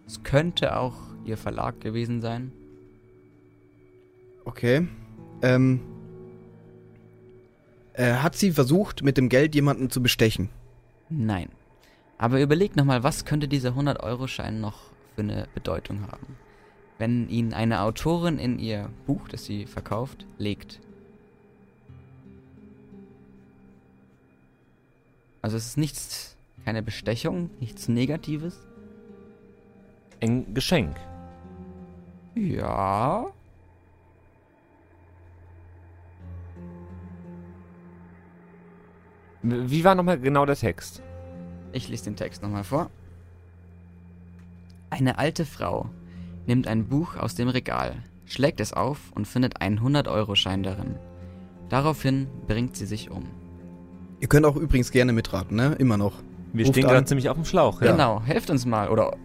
S5: Es könnte auch ihr Verlag gewesen sein.
S4: okay. Ähm, äh, hat sie versucht, mit dem Geld jemanden zu bestechen?
S5: Nein. Aber überleg nochmal, was könnte dieser 100-Euro-Schein noch für eine Bedeutung haben? Wenn ihn eine Autorin in ihr Buch, das sie verkauft, legt. Also es ist nichts, keine Bestechung, nichts Negatives.
S3: Ein Geschenk.
S5: Ja.
S3: Wie war nochmal genau der Text?
S5: Ich lese den Text nochmal vor. Eine alte Frau nimmt ein Buch aus dem Regal, schlägt es auf und findet einen 100-Euro-Schein darin. Daraufhin bringt sie sich um.
S4: Ihr könnt auch übrigens gerne mitraten, ne? Immer noch.
S3: Wir
S4: Ruft
S3: stehen gerade
S4: an.
S3: ziemlich auf dem Schlauch.
S5: Genau, helft uns mal oder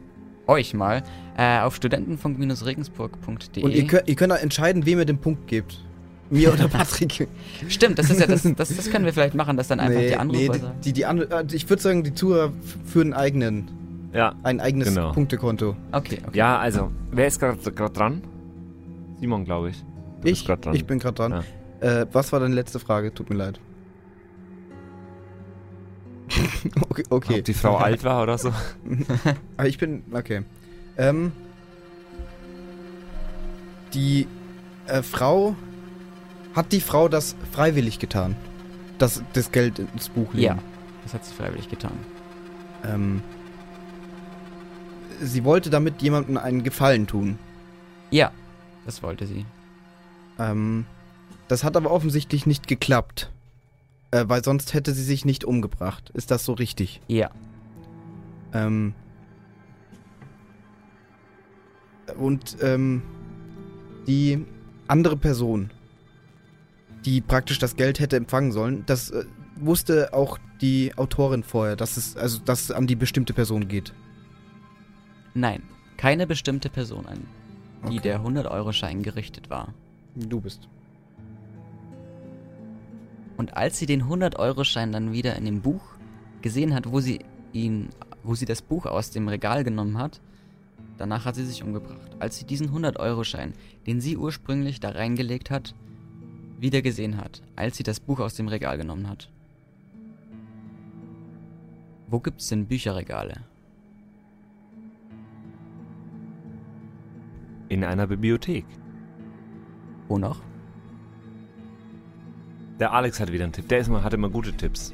S5: euch mal äh, auf studentenfunk-regensburg.de.
S4: Und ihr, könnt, ihr könnt auch entscheiden, wem ihr den Punkt gebt. Mir oder Patrick.
S5: Stimmt, das ist ja das, das, das können wir vielleicht machen, dass dann einfach die Anrufer
S4: die,
S5: sagen.
S4: die, die Anru- äh, ich würde sagen, die Zuhörer f- führen eigenen,
S3: Ja.
S4: ein eigenes
S3: Genau.
S4: Punktekonto.
S5: Okay, okay.
S3: Ja, also, wer ist gerade dran? Simon, glaube ich. Du bist
S4: ich,
S3: grad dran.
S4: ich bin gerade dran. Äh, was war deine letzte Frage? Tut mir leid. okay, okay.
S3: Ob die Frau alt war oder so.
S4: Aber Ah, ich bin. Okay. Ähm, die äh, Frau. Hat die Frau das freiwillig getan? Das, das Geld ins Buch legen?
S5: ja, das hat sie freiwillig getan.
S4: Ähm, sie wollte damit jemandem einen Gefallen tun.
S5: Ja, das wollte sie.
S4: Ähm, das hat aber offensichtlich nicht geklappt. Äh, weil sonst hätte sie sich nicht umgebracht. Ist das so richtig?
S5: Ja.
S4: Ähm, und ähm, die andere Person, die praktisch das Geld hätte empfangen sollen, das äh, wusste auch die Autorin vorher, dass es also dass es an die bestimmte Person geht.
S5: Nein, keine bestimmte Person an die
S4: Okay.
S5: der 100-Euro-Schein gerichtet war.
S4: Du bist.
S5: Und als sie den 100-Euro-Schein dann wieder in dem Buch gesehen hat, wo sie ihn, wo sie das Buch aus dem Regal genommen hat, danach hat sie sich umgebracht. Als sie diesen 100-Euro-Schein, den sie ursprünglich da reingelegt hat, wieder gesehen hat, als sie das Buch aus dem Regal genommen hat. Wo gibt's denn Bücherregale?
S3: In einer Bibliothek.
S5: Wo noch?
S3: Der Alex hat wieder einen Tipp. Der ist immer, hat immer gute Tipps.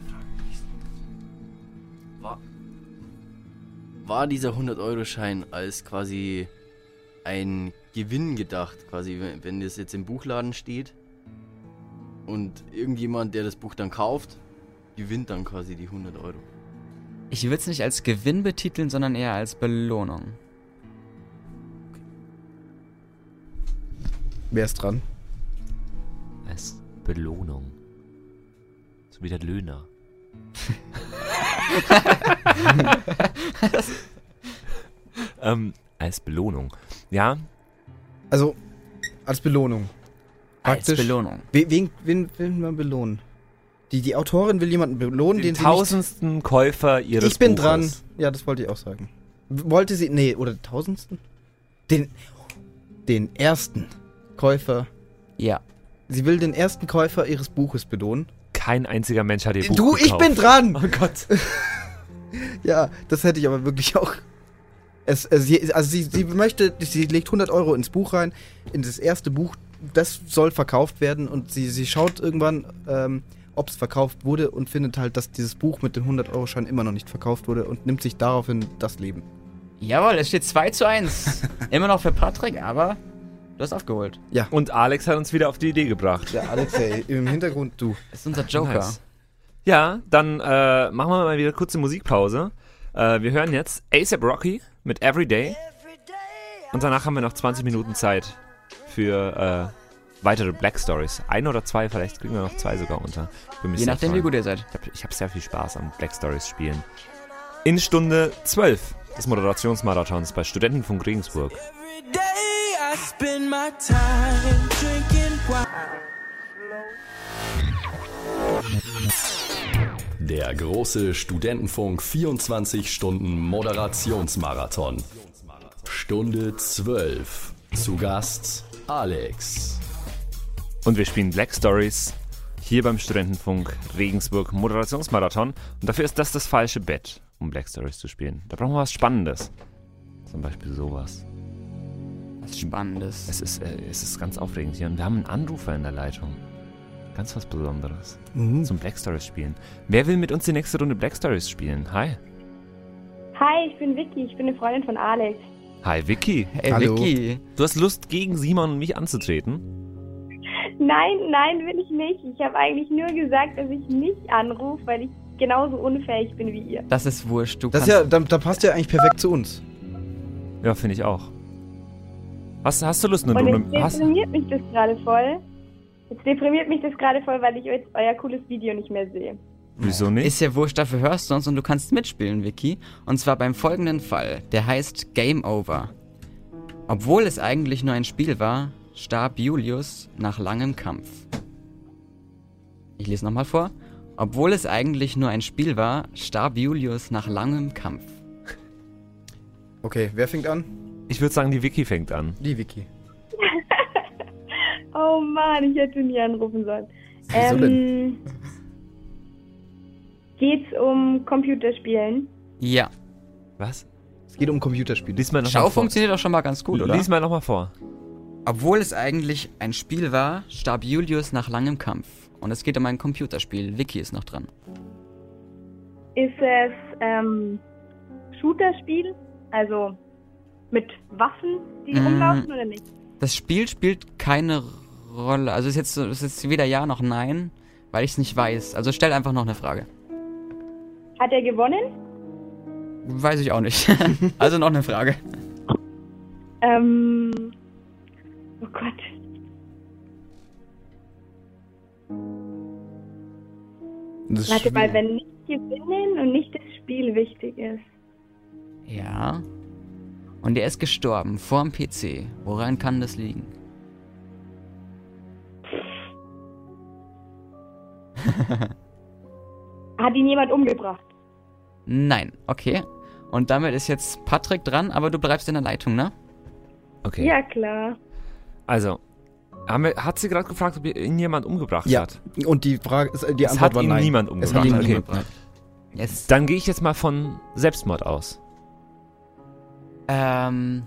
S2: War dieser 100-Euro-Schein als quasi ein Gewinn gedacht, quasi wenn- wenn das jetzt im Buchladen steht und irgendjemand, der das Buch dann kauft, gewinnt dann quasi die 100 Euro.
S5: Ich würde es nicht als Gewinn betiteln, sondern eher als Belohnung.
S4: Wer ist dran?
S3: Als Belohnung. So wie der Löhner. ähm, als Belohnung. Ja,
S4: Also, als Belohnung.
S5: Als
S4: Praktisch.
S5: Belohnung.
S4: We wen, wen will man belohnen? Die, die Autorin will jemanden belohnen, den,
S3: den
S4: sie nicht...
S3: tausendsten Käufer ihres
S4: Ich bin dran.
S3: Buches.
S4: Ja, das wollte ich auch sagen. W- Wollte sie... Nee, oder tausendsten? Den... Den ersten Käufer.
S5: Ja.
S4: Sie will den ersten Käufer ihres Buches belohnen.
S3: Kein einziger Mensch hat ihr Buch
S4: du,
S3: gekauft.
S4: ich bin dran!
S3: Oh Gott.
S4: Ja, das hätte ich aber wirklich auch. Es, äh, sie, also sie, sie möchte, sie legt 100 Euro ins Buch rein, in das erste Buch, das soll verkauft werden und sie, sie schaut irgendwann, ähm, ob es verkauft wurde und findet halt, dass dieses Buch mit dem 100-Euro-Schein immer noch nicht verkauft wurde und nimmt sich daraufhin das Leben.
S5: Jawohl, es steht 2 zu 1. Immer noch für Patrick, aber du hast aufgeholt.
S3: Und Alex hat uns wieder auf die Idee gebracht.
S4: Ja, Alexei, im Hintergrund du.
S5: Das ist unser Joker.
S3: Nice. Ja, dann äh, machen wir mal wieder kurze Musikpause. Äh, wir hören jetzt ASAP Rocky mit Everyday. Und danach haben wir noch 20 Minuten Zeit für äh, weitere Black Stories. Ein oder zwei, vielleicht kriegen wir noch zwei sogar unter. Bin mir
S5: Je
S3: sehr
S5: nachdem,
S3: freuen.
S5: wie gut ihr seid.
S3: Ich habe ich hab sehr viel Spaß am Black Stories spielen. In Stunde 12 des Moderationsmarathons bei Studentenfunk Regensburg.
S8: Der große Studentenfunk 24 Stunden Moderationsmarathon. Stunde 12. Zu Gast Alex.
S3: Und wir spielen Black Stories hier beim Studentenfunk Regensburg Moderationsmarathon. Und dafür ist das das falsche Bett, um Black Stories zu spielen. Da brauchen wir was Spannendes. Zum Beispiel sowas.
S5: Was Spannendes.
S3: Es ist, äh, es ist ganz aufregend hier. Und wir haben einen Anrufer in der Leitung. Ganz was Besonderes. Zum Black Stories spielen. Wer will mit uns die nächste Runde Black Stories spielen? Hi.
S9: Hi, ich bin Vicky, ich bin eine Freundin von Alex.
S3: Hi, Vicky.
S5: Hey,
S4: Hallo.
S5: Vicky.
S3: Du hast Lust, gegen Simon und mich anzutreten?
S9: Nein, nein, will ich nicht. Ich habe eigentlich nur gesagt, dass ich nicht anrufe, weil ich genauso unfähig bin wie ihr.
S5: Das ist wurscht. Du
S4: Das ist
S5: kannst,
S4: ja, da, da passt ja eigentlich perfekt zu uns.
S3: Ja, finde ich auch. Hast, hast du Lust, eine
S9: Und
S3: Runde?
S9: jetzt
S3: Hast,
S9: deprimiert mich das gerade voll. Jetzt deprimiert mich das gerade voll, weil ich jetzt euer cooles Video nicht mehr sehe.
S3: wieso nicht?
S5: Ist ja wurscht, dafür hörst du uns und du kannst mitspielen, Vicky. Und zwar beim folgenden Fall. Der heißt Game Over. Obwohl es eigentlich nur ein Spiel war, starb Julius nach langem Kampf. Ich lese nochmal vor. Obwohl es eigentlich nur ein Spiel war, starb Julius nach langem Kampf.
S4: Okay, wer fängt an?
S3: Ich würde sagen, die Vicky fängt an.
S4: Die Vicky.
S9: Oh Mann, ich hätte nie anrufen sollen.
S4: Wieso
S9: ähm, geht's um Computerspielen?
S5: Ja.
S3: Was?
S4: Es geht um Computerspiele.
S3: Lies mal nochmal
S5: Schau
S3: vor.
S5: funktioniert auch schon mal ganz gut, oder?
S3: Lies mal nochmal vor.
S5: Obwohl es eigentlich ein Spiel war, starb Julius nach langem Kampf. Und es geht um ein Computerspiel. Vicky ist noch dran.
S9: Ist es ähm, Shooterspiel? Also mit Waffen, die
S5: Mm.
S9: rumlaufen oder nicht?
S5: Das Spiel spielt keine Rolle. Also ist jetzt, so- ist jetzt weder Ja noch Nein, weil ich es nicht weiß. Also stell einfach noch eine Frage.
S9: Hat er gewonnen?
S5: Weiß ich auch nicht. also noch eine Frage.
S9: Ähm, oh Gott.
S4: Das ist
S9: Warte mal,
S4: schwierig.
S9: wenn nicht gewinnen und nicht das Spiel wichtig ist.
S5: Ja. Und er ist gestorben vorm PC. Woran kann das liegen?
S9: Hat ihn jemand umgebracht?
S5: Nein. Okay. Und damit ist jetzt Patrick dran, aber du bleibst in der Leitung, ne?
S3: Okay.
S9: Ja, klar.
S3: Also, haben wir, hat sie gerade gefragt, ob ihn jemand umgebracht
S4: Ja,
S3: hat?
S4: und die Frage ist, die
S3: Es
S4: Antwort
S3: hat
S4: war
S3: ihn
S4: nein.
S3: niemand
S4: Es hat ihn
S3: umgebracht. Okay.
S4: niemand. nein.
S5: Yes.
S3: Dann gehe ich jetzt mal von Selbstmord aus.
S5: Ähm.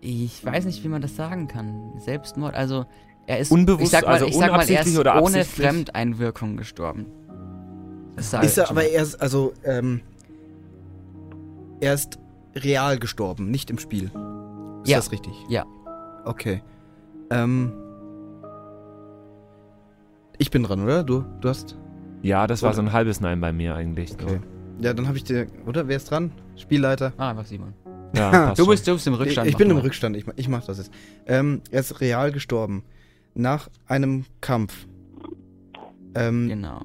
S5: Ich weiß nicht, wie man das sagen kann. Selbstmord, also er ist
S3: Unbewusst,
S5: ich sag mal,
S3: also
S5: ich sag mal, er
S3: unabsichtlich
S5: ist
S3: oder
S5: ohne
S3: absichtlich?
S5: Fremdeinwirkung gestorben. Das sag
S4: Ist
S5: ich
S4: er
S5: schon.
S4: aber erst, also, ähm, er ist real gestorben, nicht im Spiel. Ist
S5: Ja.
S4: das richtig?
S5: Ja.
S4: Okay. Ähm. Ich bin dran, oder? Du, du hast.
S3: Ja, das war so ein halbes Nein bei mir eigentlich.
S4: Okay. Ja, dann habe ich dir. Oder? Wer ist dran? Spielleiter.
S5: Ah, einfach Simon.
S3: Ja, passt
S5: Du
S3: schon.
S5: bist, du bist im Rückstand.
S4: ich bin im
S5: mach mal.
S4: Rückstand. Ich, ma- ich mach das jetzt. Ähm, er ist real gestorben. Nach einem Kampf. Ähm,
S5: Genau.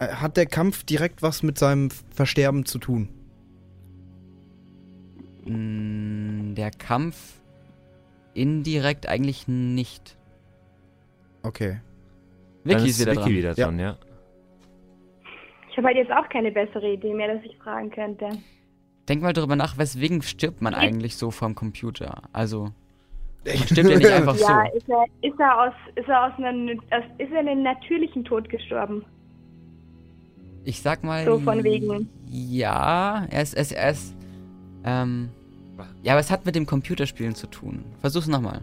S4: Äh, Hat der Kampf direkt was mit seinem Versterben zu tun?
S5: Mm, Der Kampf indirekt eigentlich nicht.
S4: Okay.
S3: Dann
S5: Vicky ist wieder
S3: Vicky
S5: dran.
S3: wieder
S4: Ja.
S3: dran, ja.
S9: Ich habe halt jetzt auch keine bessere Idee mehr, dass ich fragen könnte.
S5: Denk mal darüber nach, weswegen stirbt man eigentlich so vom Computer? Also, man stirbt ja nicht einfach
S9: Ja,
S5: so.
S9: ist er, ist er aus, ist er aus einem, aus, ist er einem natürlichen Tod gestorben?
S5: Ich sag mal.
S9: So von wegen.
S5: Ja, er ist, er ist, er ist ähm, ja, aber es hat mit dem Computerspielen zu tun. Versuch's nochmal.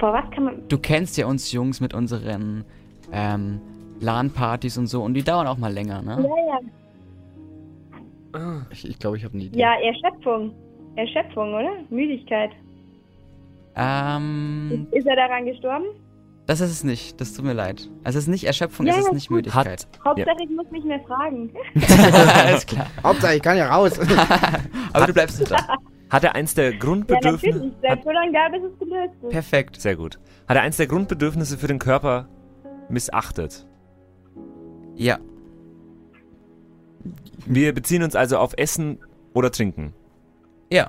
S9: Vor was kann man?
S5: Du kennst ja uns Jungs mit unseren ähm, LAN-Partys und so und die dauern auch mal länger, ne?
S9: Ja, ja.
S4: Ich glaube, ich, glaub, ich habe eine Idee.
S9: ja Erschöpfung. Erschöpfung, oder? Müdigkeit.
S5: Ähm,
S9: Ist er daran gestorben?
S5: das ist es nicht. Das tut mir leid. Also es ist nicht Erschöpfung,
S9: Ja,
S5: es ist
S9: ja,
S5: nicht
S9: gut.
S5: Müdigkeit.
S9: Hauptsache, ich muss nicht mehr fragen.
S5: Alles klar.
S4: Hauptsache, ich kann ja raus.
S5: Aber du bleibst nicht da.
S3: Hat er eins der
S9: Ja,
S3: Grundbedürfnisse?
S9: natürlich. Seit
S3: hat,
S9: so lange da, bis es gelöst ist.
S5: Perfekt.
S3: sehr gut. Hat er eins der Grundbedürfnisse für den Körper missachtet?
S5: Ja,
S3: Wir beziehen uns also auf Essen oder Trinken.
S5: ja.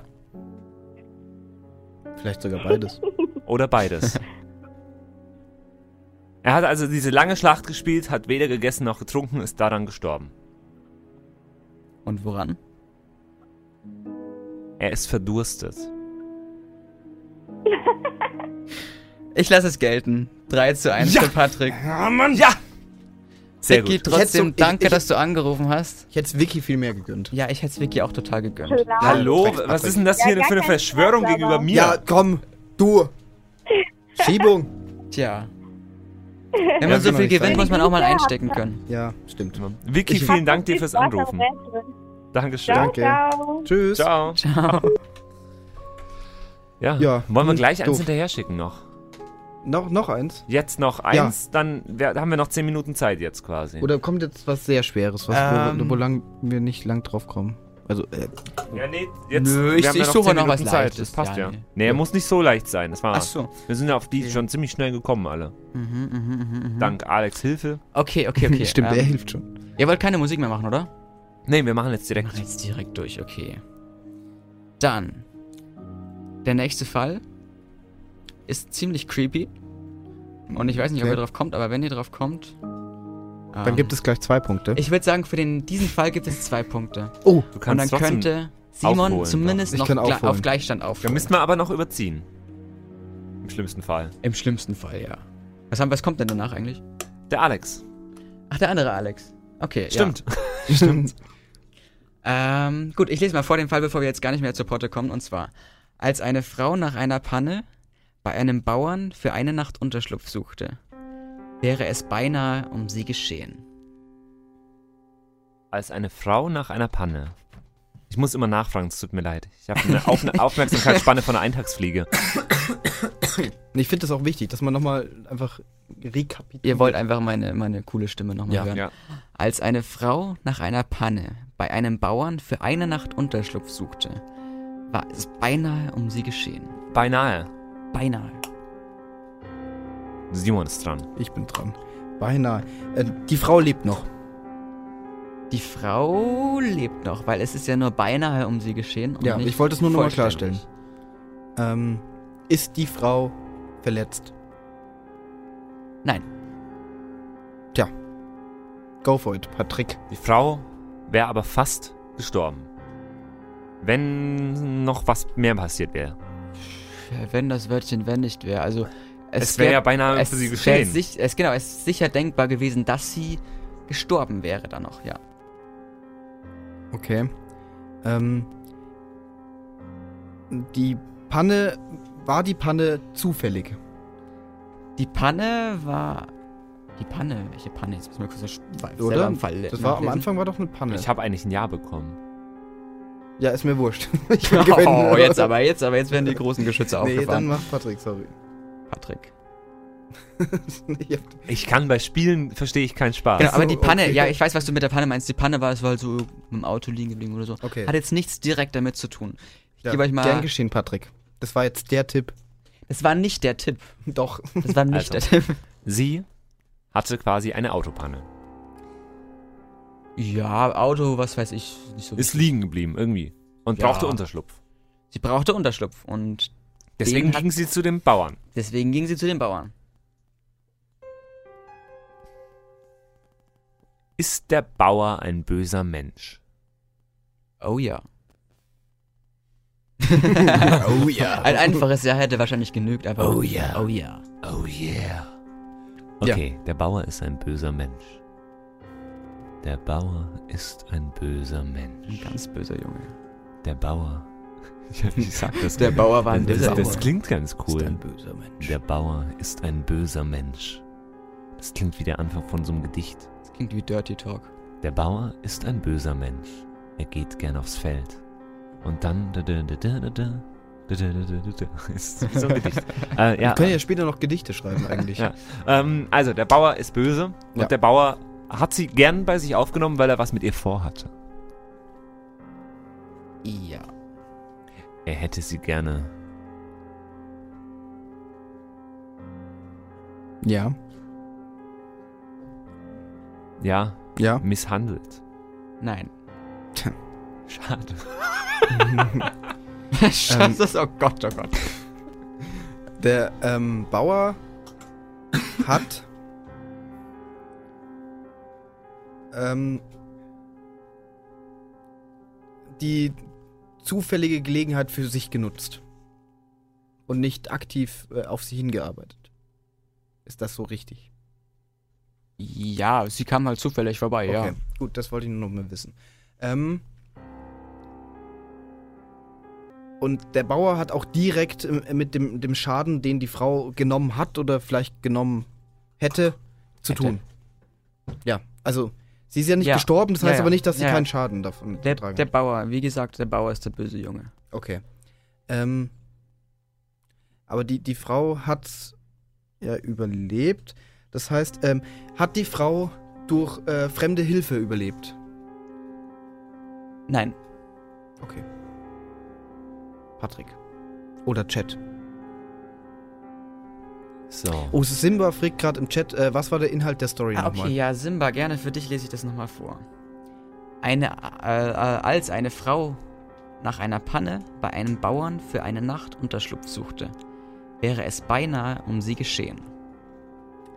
S4: Vielleicht sogar beides.
S3: Oder beides. Er hat also diese lange Schlacht gespielt, hat weder gegessen noch getrunken, ist daran gestorben.
S5: Und woran?
S3: Er ist verdurstet.
S5: Ich lasse es gelten. 3 zu 1
S6: Ja.
S5: für Patrick.
S6: Ah, Mann, ja!
S3: Sehr
S5: Vicky,
S3: gut.
S5: trotzdem
S4: Ich hätte so-
S5: danke,
S4: ich- ich-
S5: dass du angerufen hast.
S4: Ich hätte es Vicky viel mehr gegönnt.
S5: Ja, ich hätte es Vicky auch total gegönnt.
S9: Klar.
S3: Hallo, was ist denn das
S9: Ja,
S3: hier
S9: gar
S3: für eine
S9: kein
S3: Verschwörung
S9: Spaß,
S3: gegenüber
S9: aber-
S3: mir?
S4: Ja, komm, du. Schiebung.
S5: Tja. Wenn man so
S4: kann doch
S5: viel
S4: nicht
S5: gewinnt,
S4: sein.
S5: muss man auch mal
S9: Ja.
S5: einstecken können.
S4: Ja, stimmt.
S3: Vicky, vielen Dank dir fürs Anrufen. Dankeschön.
S9: Ciao,
S4: Danke.
S9: ciao.
S4: Tschüss.
S3: Ciao.
S5: Ciao.
S3: Ja.
S4: Ja,
S3: Wollen wir
S4: hm,
S3: gleich eins
S4: doof.
S3: hinterher schicken noch?
S4: Noch, noch eins?
S3: Jetzt noch
S4: Ja.
S3: eins, dann wer- haben wir noch 10 Minuten Zeit jetzt quasi.
S4: Oder kommt jetzt was sehr Schweres, was, wo,
S5: Ähm.
S4: wo lang wir nicht lang drauf kommen? Also, äh,
S3: Ja, nee, jetzt
S5: Nö,
S3: wir
S5: ich-
S3: haben ja
S5: ich suche
S3: 10
S5: noch was
S3: Minuten Zeit.
S5: Leichtes.
S3: Das passt
S5: Ja,
S3: ja.
S5: nee.
S3: Nee, er muss nicht so leicht sein. Das war.
S5: Ach so.
S3: Wir sind ja auf die schon ziemlich schnell gekommen alle.
S5: Mhm, mhm, mhm, mhm.
S3: Dank Alex Hilfe.
S5: Okay, okay, okay.
S4: stimmt, er
S5: ähm,
S4: hilft schon.
S5: ihr wollt keine Musik mehr machen, oder?
S3: Nee, wir machen jetzt
S5: Wir
S3: direkt.
S5: machen jetzt direkt durch, okay. Dann. Der nächste Fall ist ziemlich creepy. Und ich weiß nicht, ob
S4: Okay.
S5: ihr drauf kommt, aber wenn ihr drauf kommt. ähm,
S4: Dann gibt es gleich zwei Punkte.
S5: Ich würde sagen, für den, diesen Fall gibt es zwei Punkte.
S4: oh,
S3: Du
S5: Und
S3: kannst
S5: dann
S3: trotzdem.
S5: könnte Simon
S3: aufholen,
S5: zumindest
S4: doch. Ich
S5: noch
S4: kann
S5: gla-
S4: aufholen.
S5: auf Gleichstand auf.
S3: Da müssten wir aber noch überziehen. Im schlimmsten Fall.
S5: Im schlimmsten Fall, ja. Was, haben, was kommt denn danach eigentlich?
S3: Der Alex.
S5: Ach, der andere Alex. Okay,
S3: Stimmt.
S4: stimmt.
S5: Ähm, gut, ich lese mal vor den Fall, bevor wir jetzt gar nicht mehr zur Potte kommen. Und zwar, als eine Frau nach einer Panne bei einem Bauern für eine Nacht Unterschlupf suchte, wäre es beinahe um sie geschehen.
S3: Als eine Frau nach einer Panne. Ich muss immer nachfragen, es tut mir leid. Ich habe eine Auf Aufmerksamkeitsspanne von einer Eintagsfliege.
S4: Ich finde das auch wichtig, dass man nochmal einfach rekapituliert.
S5: Ihr wollt einfach meine, meine coole Stimme nochmal hören.
S3: ja.
S5: Als eine Frau nach einer Panne bei einem Bauern für eine Nacht Unterschlupf suchte, war es beinahe um sie geschehen.
S3: Beinahe.
S5: Beinahe.
S3: Simon ist dran.
S4: Ich bin dran. Beinahe. Äh, die Frau lebt noch.
S5: Die Frau lebt noch, weil es ist ja nur beinahe um sie geschehen. Und
S4: Ja,
S5: nicht
S4: ich wollte es nur nochmal
S5: vollständig.
S4: klarstellen. Ähm, ist die Frau verletzt?
S5: Nein.
S4: Go for it, Patrick.
S3: Die Frau wäre aber fast gestorben. Wenn noch was mehr passiert wäre.
S5: Wenn das Wörtchen wenn nicht wäre, also
S3: Es wäre ja beinahe
S5: es
S3: für sie
S5: wär
S3: geschehen.
S5: sich- es, genau, es ist sicher denkbar gewesen, dass sie gestorben wäre dann noch, ja.
S4: Okay. Ähm, die Panne, war die Panne zufällig?
S5: Die Panne war. Die Panne? Welche Panne? Jetzt müssen wir kurz selber
S4: Oder?
S5: im Fall
S4: Das war am
S5: nachlesen.
S4: Anfang war doch eine Panne.
S3: Ich habe eigentlich ein Ja bekommen.
S4: ja, ist mir wurscht. ich
S5: Oh,
S4: gewinnen.
S5: jetzt aber, jetzt aber, jetzt werden die großen Geschütze
S4: Nee, dann
S5: aufgefahren.
S4: macht Patrick, sorry.
S5: Patrick.
S4: Ich hab-
S3: Ich kann bei Spielen, verstehe ich keinen Spaß.
S5: Genau, aber
S4: so,
S5: die Panne,
S4: okay.
S5: ja, ich weiß, was du mit der Panne meinst. Die Panne war, es war halt so im Auto liegen geblieben oder so.
S4: okay.
S5: Hat jetzt nichts direkt damit zu tun. Ich
S4: Ja,
S5: gebe euch
S4: Gern
S5: mal.
S4: geschehen, Patrick. Das war jetzt der Tipp.
S5: Das war nicht der Tipp.
S4: Doch.
S5: Das war nicht
S3: Also.
S5: der Tipp.
S3: Sie hatte quasi eine Autopanne.
S5: Ja, Auto, was weiß ich, nicht so
S3: Ist liegen geblieben, irgendwie. Und
S5: Ja.
S3: brauchte Unterschlupf.
S5: Sie brauchte Unterschlupf und
S3: Deswegen
S5: Den hat-
S3: ging sie zu dem Bauern.
S5: deswegen ging sie zu den Bauern.
S3: Ist der Bauer ein böser Mensch?
S5: Oh ja.
S4: Oh ja.
S5: Ein einfaches Jahr hätte wahrscheinlich genügt, aber.
S3: Oh ja.
S5: Oh ja.
S3: Oh yeah. Okay, der Bauer ist ein böser Mensch. Der Bauer ist ein böser
S5: Ein
S3: Mensch.
S5: ganz böser Junge.
S3: Der Bauer. Ich, ich sag das
S5: Der Bauer war ein
S3: Das,
S5: böser
S3: das,
S5: Junge.
S3: das klingt ganz
S4: Ist
S3: cool.
S4: ein böser Mensch.
S3: Der Bauer ist ein böser Mensch. Das klingt wie der Anfang von so einem Gedicht.
S5: Das klingt wie Dirty Talk.
S3: Der Bauer ist ein böser Mensch. Er geht gern aufs Feld. Und dann. Da, da, da, da, da, da, da, da, da, da, da, da. Ist wie so ein Gedicht. äh, ja,
S4: Wir können ja später noch Gedichte schreiben eigentlich.
S3: Ja. ähm, also, der Bauer ist böse.
S4: Ja.
S3: Und der Bauer hat sie gern bei sich aufgenommen, weil er was mit ihr vorhatte.
S5: Ja.
S3: Er hätte sie gerne.
S4: Ja.
S3: Ja,
S4: Ja.
S3: misshandelt.
S5: Nein.
S3: Schade.
S5: Scheiße, oh Gott, oh Gott.
S4: Der ähm, Bauer hat ähm, die zufällige Gelegenheit für sich genutzt und nicht aktiv äh, auf sie hingearbeitet. Ist das so richtig?
S5: Ja, sie kam halt zufällig vorbei, ja.
S4: Gut, das wollte ich nur noch mal wissen. Ähm, und der Bauer hat auch direkt äh, mit dem, dem Schaden, den die Frau genommen hat oder vielleicht genommen hätte, zu
S5: Hätte.
S4: tun. Ja, also sie ist ja nicht
S5: Ja.
S4: gestorben, das
S5: Ja,
S4: heißt
S5: ja.
S4: aber nicht, dass sie
S5: Ja, ja.
S4: keinen Schaden davon
S5: Der,
S4: getragen
S5: der Bauer, wie gesagt, der Bauer ist der böse Junge.
S4: Okay. Ähm, aber die, die Frau hat ja überlebt. Das heißt, ähm, hat die Frau durch äh, fremde Hilfe überlebt?
S5: Nein,
S4: Okay. Patrick. Oder Chat.
S8: So.
S4: Oh, Simba fragt gerade im Chat, äh, was war der Inhalt der Story
S5: Ah,
S4: nochmal?
S5: okay, ja, Simba, gerne für dich lese ich das nochmal vor. Eine, äh, äh, als eine Frau nach einer Panne bei einem Bauern für eine Nacht Unterschlupf suchte, wäre es beinahe um sie geschehen.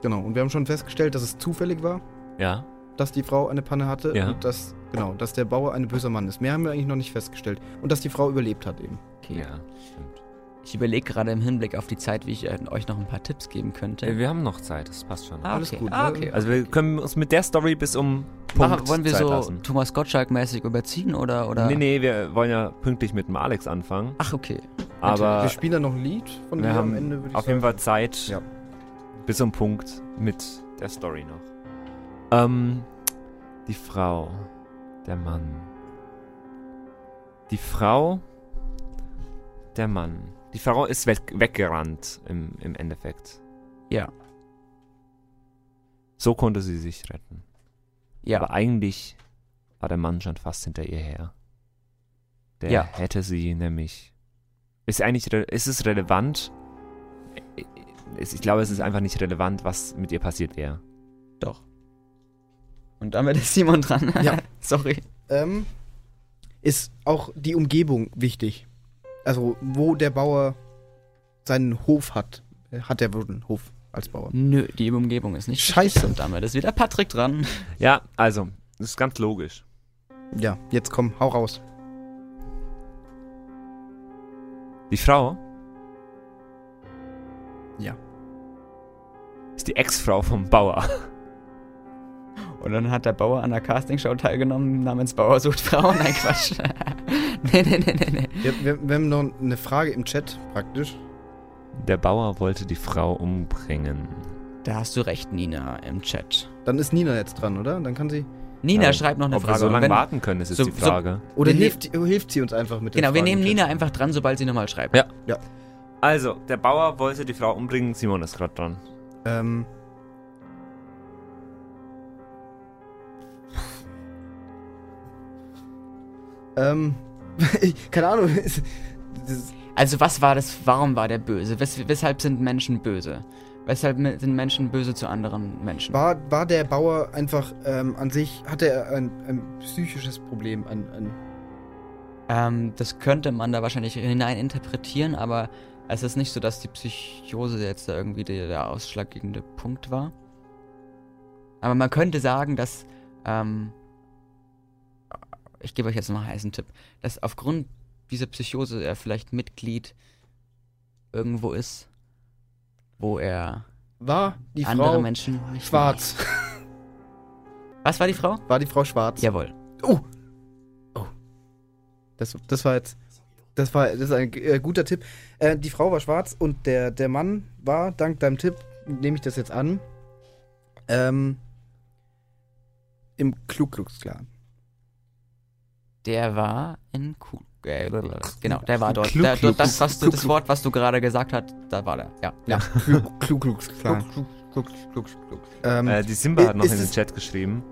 S4: Genau, und wir haben schon festgestellt, dass es zufällig war,
S3: Ja.
S4: dass die Frau eine Panne hatte
S3: Ja.
S4: und dass, genau, dass der Bauer ein böser Mann ist. Mehr haben wir eigentlich noch nicht festgestellt. Und dass die Frau überlebt hat eben.
S5: Okay.
S3: Ja, stimmt.
S5: Ich überlege gerade im Hinblick auf die Zeit, wie ich äh, euch noch ein paar Tipps geben könnte.
S3: Äh, Wir haben noch Zeit, das passt schon.
S5: Ah,
S4: alles
S5: okay.
S4: gut,
S5: Ah,
S4: ne?
S5: okay.
S3: Also wir können uns mit der Story bis um Punkt
S5: Machen, wollen wir
S3: Zeit
S5: so
S3: lassen.
S5: Thomas Gottschalk-mäßig überziehen oder, oder?
S3: Nee, nee, wir wollen ja pünktlich mit dem Alex anfangen.
S5: Ach, okay.
S3: Aber
S4: wir spielen dann noch ein Lied von
S3: wir
S4: dir
S3: haben
S4: am Ende, würde ich
S3: auf jeden Fall Zeit
S4: Ja.
S3: bis zum Punkt mit der Story noch. Ähm, die Frau, der Mann. Die Frau, der Mann. Die Frau ist weg, weggerannt im, im Endeffekt.
S5: Ja.
S3: So konnte sie sich retten.
S5: Ja.
S3: Aber eigentlich war der Mann schon fast hinter ihr her. Der
S5: Ja.
S3: hätte sie nämlich. Ist eigentlich re- ist es relevant? Es- Ich glaube, es ist einfach nicht relevant, was mit ihr passiert wäre.
S5: Und damit ist Simon dran.
S4: Ja.
S5: Sorry.
S4: ähm, ist auch die Umgebung wichtig. Also, wo der Bauer seinen Hof hat, Äh, hat er wohl einen Hof als Bauer.
S5: Nö, die Umgebung ist nicht.
S4: Scheiße.
S5: Und damit ist wieder Patrick dran.
S3: Ja, also, das ist ganz logisch.
S4: Ja, jetzt komm, hau raus.
S3: Die Frau?
S4: Ja.
S3: Ist die Ex-Frau vom Bauer.
S5: Und dann hat der Bauer an der Castingshow teilgenommen namens Bauer sucht Frauen. Nein, Quatsch. nee, nee, nee, nee, nee.
S4: Wir, wir, wir haben noch eine Frage im Chat praktisch.
S3: Der Bauer wollte die Frau umbringen.
S5: Da hast du recht, Nina, im Chat.
S4: Dann ist Nina jetzt dran, oder? Dann kann sie.
S5: Nina
S3: Ja,
S5: schreibt noch eine
S3: Also, Ob wir
S5: Frage.
S3: so
S5: Und
S3: lange
S5: wenn-
S3: warten können, das ist
S5: so-
S3: die
S5: so-
S3: Frage.
S4: Oder
S5: Wir ne-
S4: hilft, hilft sie uns einfach mit den
S5: Genau, wir
S4: Fragen im
S5: nehmen
S4: Chat.
S5: Nina einfach dran, sobald sie nochmal schreibt.
S3: Ja.
S4: Ja.
S3: Also, der Bauer wollte die Frau umbringen. Simon ist gerade dran.
S4: Ähm, ähm, keine Ahnung. Das,
S5: Also was war das, warum war der böse? Wes weshalb sind Menschen böse? Weshalb me- sind Menschen böse zu anderen Menschen?
S4: War, war der Bauer einfach ähm, an sich, hatte er ein, ein psychisches Problem? Ein, ein,
S5: Ähm, das könnte man da wahrscheinlich hinein interpretieren, aber es ist nicht so, dass die Psychose jetzt da irgendwie der, der ausschlaggebende Punkt war. Aber man könnte sagen, dass, ähm, ich gebe euch jetzt noch einen heißen Tipp, dass aufgrund dieser Psychose er vielleicht Mitglied irgendwo ist, wo er
S4: war die
S5: andere
S4: Frau
S5: Menschen nicht
S4: schwarz?
S5: mag. Was war die Frau?
S4: War die Frau schwarz?
S5: Jawohl.
S4: Das, das war jetzt. Das war das ist ein äh, guter Tipp. Äh, die Frau war schwarz und der, der Mann war, dank deinem Tipp, nehme ich das jetzt an, ähm, im Kluglugs-Clan.
S5: Der war in Ku äh, genau, der war dort. Der,
S4: Klug-
S5: das, was du, das
S4: Klug-
S5: Wort, was du gerade gesagt hast, da war der. Ja.
S4: Ja, Klu- Kluglugs-Clan. Ähm,
S3: Äh, die Simba hat noch
S4: ist
S3: in den
S4: es-
S3: Chat geschrieben.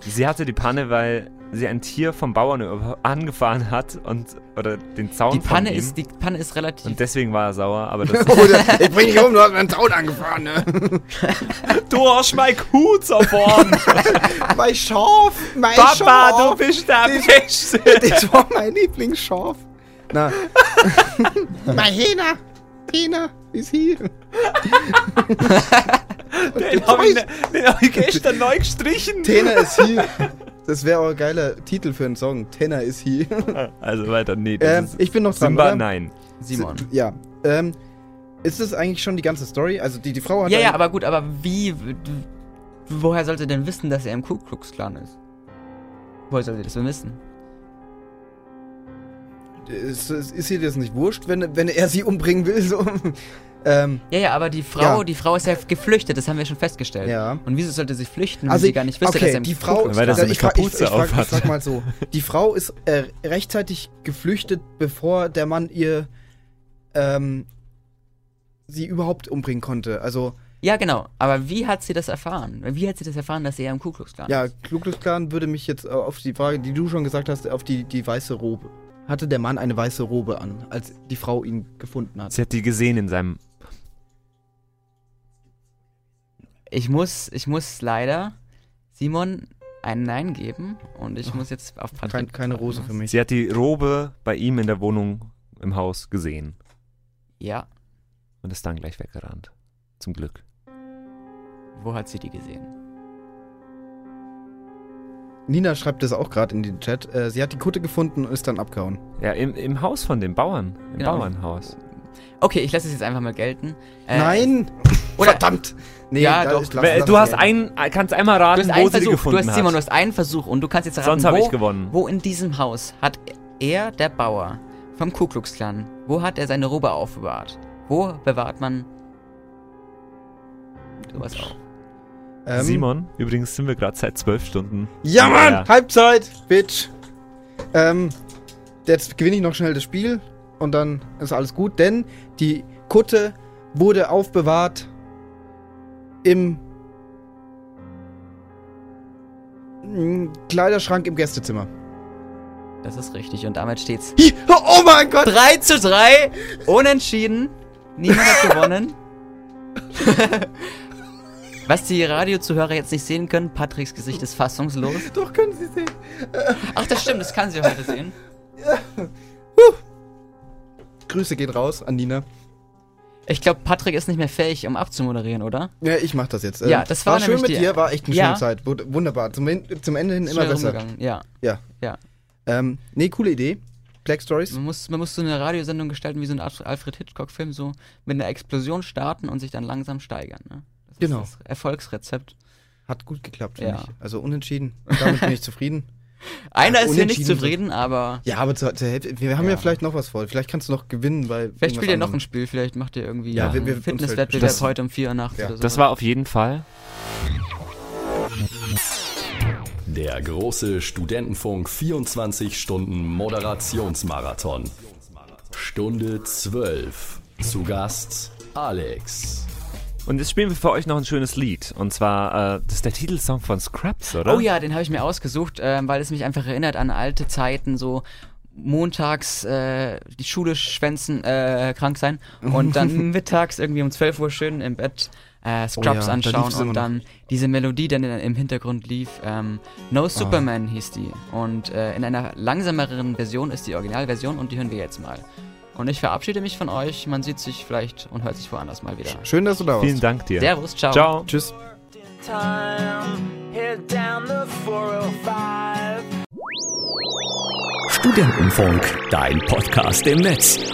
S3: Sie hatte die Panne, weil sie ein Tier vom Bauern über- angefahren hat und oder den Zaun
S5: Die Panne
S3: von ihm.
S5: ist, die Panne ist relativ.
S3: und deswegen war er sauer, aber das
S4: Oder, ich bring dich um, du hast meinen Zaun angefahren, ne?
S6: Du hast mein Kuh zerfahren.
S4: mein Schaf! Mein
S6: Papa, du bist der Beste.
S4: Das war mein Lieblingsschaf. Na. mein Hähner. Hähner ist hier.
S6: Den habe ich, ne- den hab ich gestern neu gestrichen.
S4: Tenor is he. Das wäre auch ein geiler Titel für einen Song. Tenor is he.
S3: Also weiter, nee. Das
S4: ähm,
S3: ist
S4: ich bin noch dran,
S3: Simba,
S4: oder?
S3: nein.
S5: Simon.
S4: Ja. Ähm, ist das eigentlich schon die ganze Story? Also die, die Frau hat
S5: Ja, ja,
S4: ein-
S5: aber gut, aber wie. w- d- Woher sollte denn wissen, dass er im Ku Klux Klan ist? Woher sollte das denn wissen?
S4: ist, ist, ist ihr das nicht wurscht, wenn, wenn er sie umbringen will? So? Ähm,
S5: Ja, ja, aber die Frau,
S4: Ja.
S5: die Frau ist ja geflüchtet, das haben wir schon festgestellt.
S4: Ja.
S5: Und wieso sollte sie flüchten, wenn
S4: also
S5: sie gar nicht wüsste,
S4: okay,
S5: dass er im
S4: die
S5: Ku
S4: Frau,
S5: Klux-
S3: Weil das
S4: also
S3: eine
S4: ich, fra- ich, ich,
S3: Kapuze
S4: frag, ich
S3: aufhat.
S4: frag mal so, die Frau ist äh, rechtzeitig geflüchtet, bevor der Mann ihr ähm, sie überhaupt umbringen konnte. Also
S5: Ja, genau. Aber wie hat sie das erfahren? Wie hat sie das erfahren, dass er im Ku Klux Klan
S4: ja,
S5: ist?
S4: Kluklus Clan würde mich jetzt äh, auf die Frage, die du schon gesagt hast, auf die, die weiße Robe. Hatte der Mann eine weiße Robe an, als die Frau ihn gefunden hat?
S3: Sie hat die gesehen in seinem.
S5: Ich muss, ich muss leider Simon ein Nein geben und ich muss jetzt auf Patrick.
S4: Kein, keine
S5: warten.
S4: Rose für mich.
S3: Sie hat die Robe bei ihm in der Wohnung im Haus gesehen
S5: Ja.
S3: und ist dann gleich weggerannt. Zum Glück.
S5: Wo hat sie die gesehen?
S4: Nina schreibt das auch gerade in den Chat. Äh, sie hat die Kutte gefunden und ist dann abgehauen.
S3: Ja, im, im Haus von den Bauern. Im
S5: Genau.
S3: Bauernhaus.
S5: Okay, ich lasse es jetzt einfach mal gelten. Äh,
S4: Nein!
S5: Oder-
S4: Verdammt! Nee,
S5: Ja, doch.
S4: ich lass-
S3: Wer-
S4: lass
S3: Du
S4: es
S3: hast
S4: sein.
S3: einen, äh, kannst einmal raten,
S5: Du hast
S3: wo
S5: einen
S3: sie die
S5: Versuch. Du
S3: gefunden
S5: hast Simon, du
S3: hat.
S5: hast einen Versuch und du kannst jetzt erraten,
S3: Sonst habe
S5: wo,
S3: ich gewonnen.
S5: wo in diesem Haus hat er, der Bauer vom Ku Klux Klan, wo hat er seine Robe aufbewahrt? Wo bewahrt man sowas auf?
S4: Ähm,
S3: Simon, übrigens sind wir gerade seit zwölf Stunden.
S4: Ja, Mann!
S3: Ja.
S4: Halbzeit! Bitch! Ähm, jetzt gewinne ich noch schnell das Spiel und dann ist alles gut, denn die Kutte wurde aufbewahrt im m, hm, Kleiderschrank im Gästezimmer.
S5: Das ist richtig und damit steht's
S4: Hi, Oh mein Gott!
S5: 3 zu 3. Unentschieden. Niemand hat gewonnen. Was die Radiozuhörer jetzt nicht sehen können, Patricks Gesicht ist fassungslos.
S4: Doch, können Sie sehen.
S5: Ach, das stimmt, das kann sie heute sehen.
S4: Grüße geht raus an Nina.
S5: Ich glaube, Patrick ist nicht mehr fähig, um abzumoderieren, oder?
S4: Ja, ich mach das jetzt.
S5: Ja,
S4: Ähm,
S5: das war
S4: schön
S5: nämlich
S4: mit
S5: die-
S4: dir, war echt eine
S5: Ja.
S4: schöne Zeit. Wurde wunderbar. Zum, Hin- zum Ende hin immer
S5: Schnell
S4: besser.
S5: rumgegangen, Ja.
S4: Ja.
S5: Ja.
S4: Ähm, nee, coole Idee. Black Stories.
S5: Man muss, man muss so eine Radiosendung gestalten wie so ein Alf- Alfred Hitchcock-Film, so mit einer Explosion starten und sich dann langsam steigern. Ne? Das
S4: Genau.
S5: ist das Erfolgsrezept.
S4: Hat gut geklappt, finde
S5: Ja.
S4: ich. Also unentschieden. Damit bin ich zufrieden.
S5: Einer ist hier nicht
S4: Äh, unentschieden so-
S5: zufrieden, aber
S4: Ja, aber zur, zur Hälfte. Wir haben ja.
S5: Ja.
S4: vielleicht noch was vor. Vielleicht kannst du noch gewinnen, weil.
S5: vielleicht spielt ihr noch ein Spiel, vielleicht macht ihr irgendwie
S4: Ja,
S5: einen
S4: wir- wir- uns fällt
S5: Fitnesswettbewerb
S3: das-
S5: heute um 4 Uhr nachts
S4: Ja.
S5: oder so.
S3: Das war auf jeden Fall.
S8: Der große Studentenfunk 24 Stunden Moderationsmarathon. Stunde 12. Zu Gast Alex.
S3: Und jetzt spielen wir für euch noch ein schönes Lied. Und zwar, äh, das ist der Titelsong von Scraps, oder?
S5: Oh ja, den habe ich mir ausgesucht, ähm, weil es mich einfach erinnert an alte Zeiten, so montags äh, die Schule schwänzen, äh, krank sein und dann mittags irgendwie um 12 Uhr schön im Bett äh, Scrubs
S4: Oh ja, da
S5: anschauen
S4: lief's immer
S5: und dann diese Melodie, die dann im Hintergrund lief. Ähm,
S4: Ah.
S5: no Superman hieß die und äh, in einer langsameren Version ist die Originalversion und die hören wir jetzt mal. Und ich verabschiede mich von euch, man sieht sich vielleicht und hört sich woanders mal wieder.
S4: Schön, dass du da warst.
S3: Vielen Dank dir.
S5: Servus, ciao.
S3: Ciao.
S4: Tschüss.
S1: Studentenfunk, dein Podcast im Netz.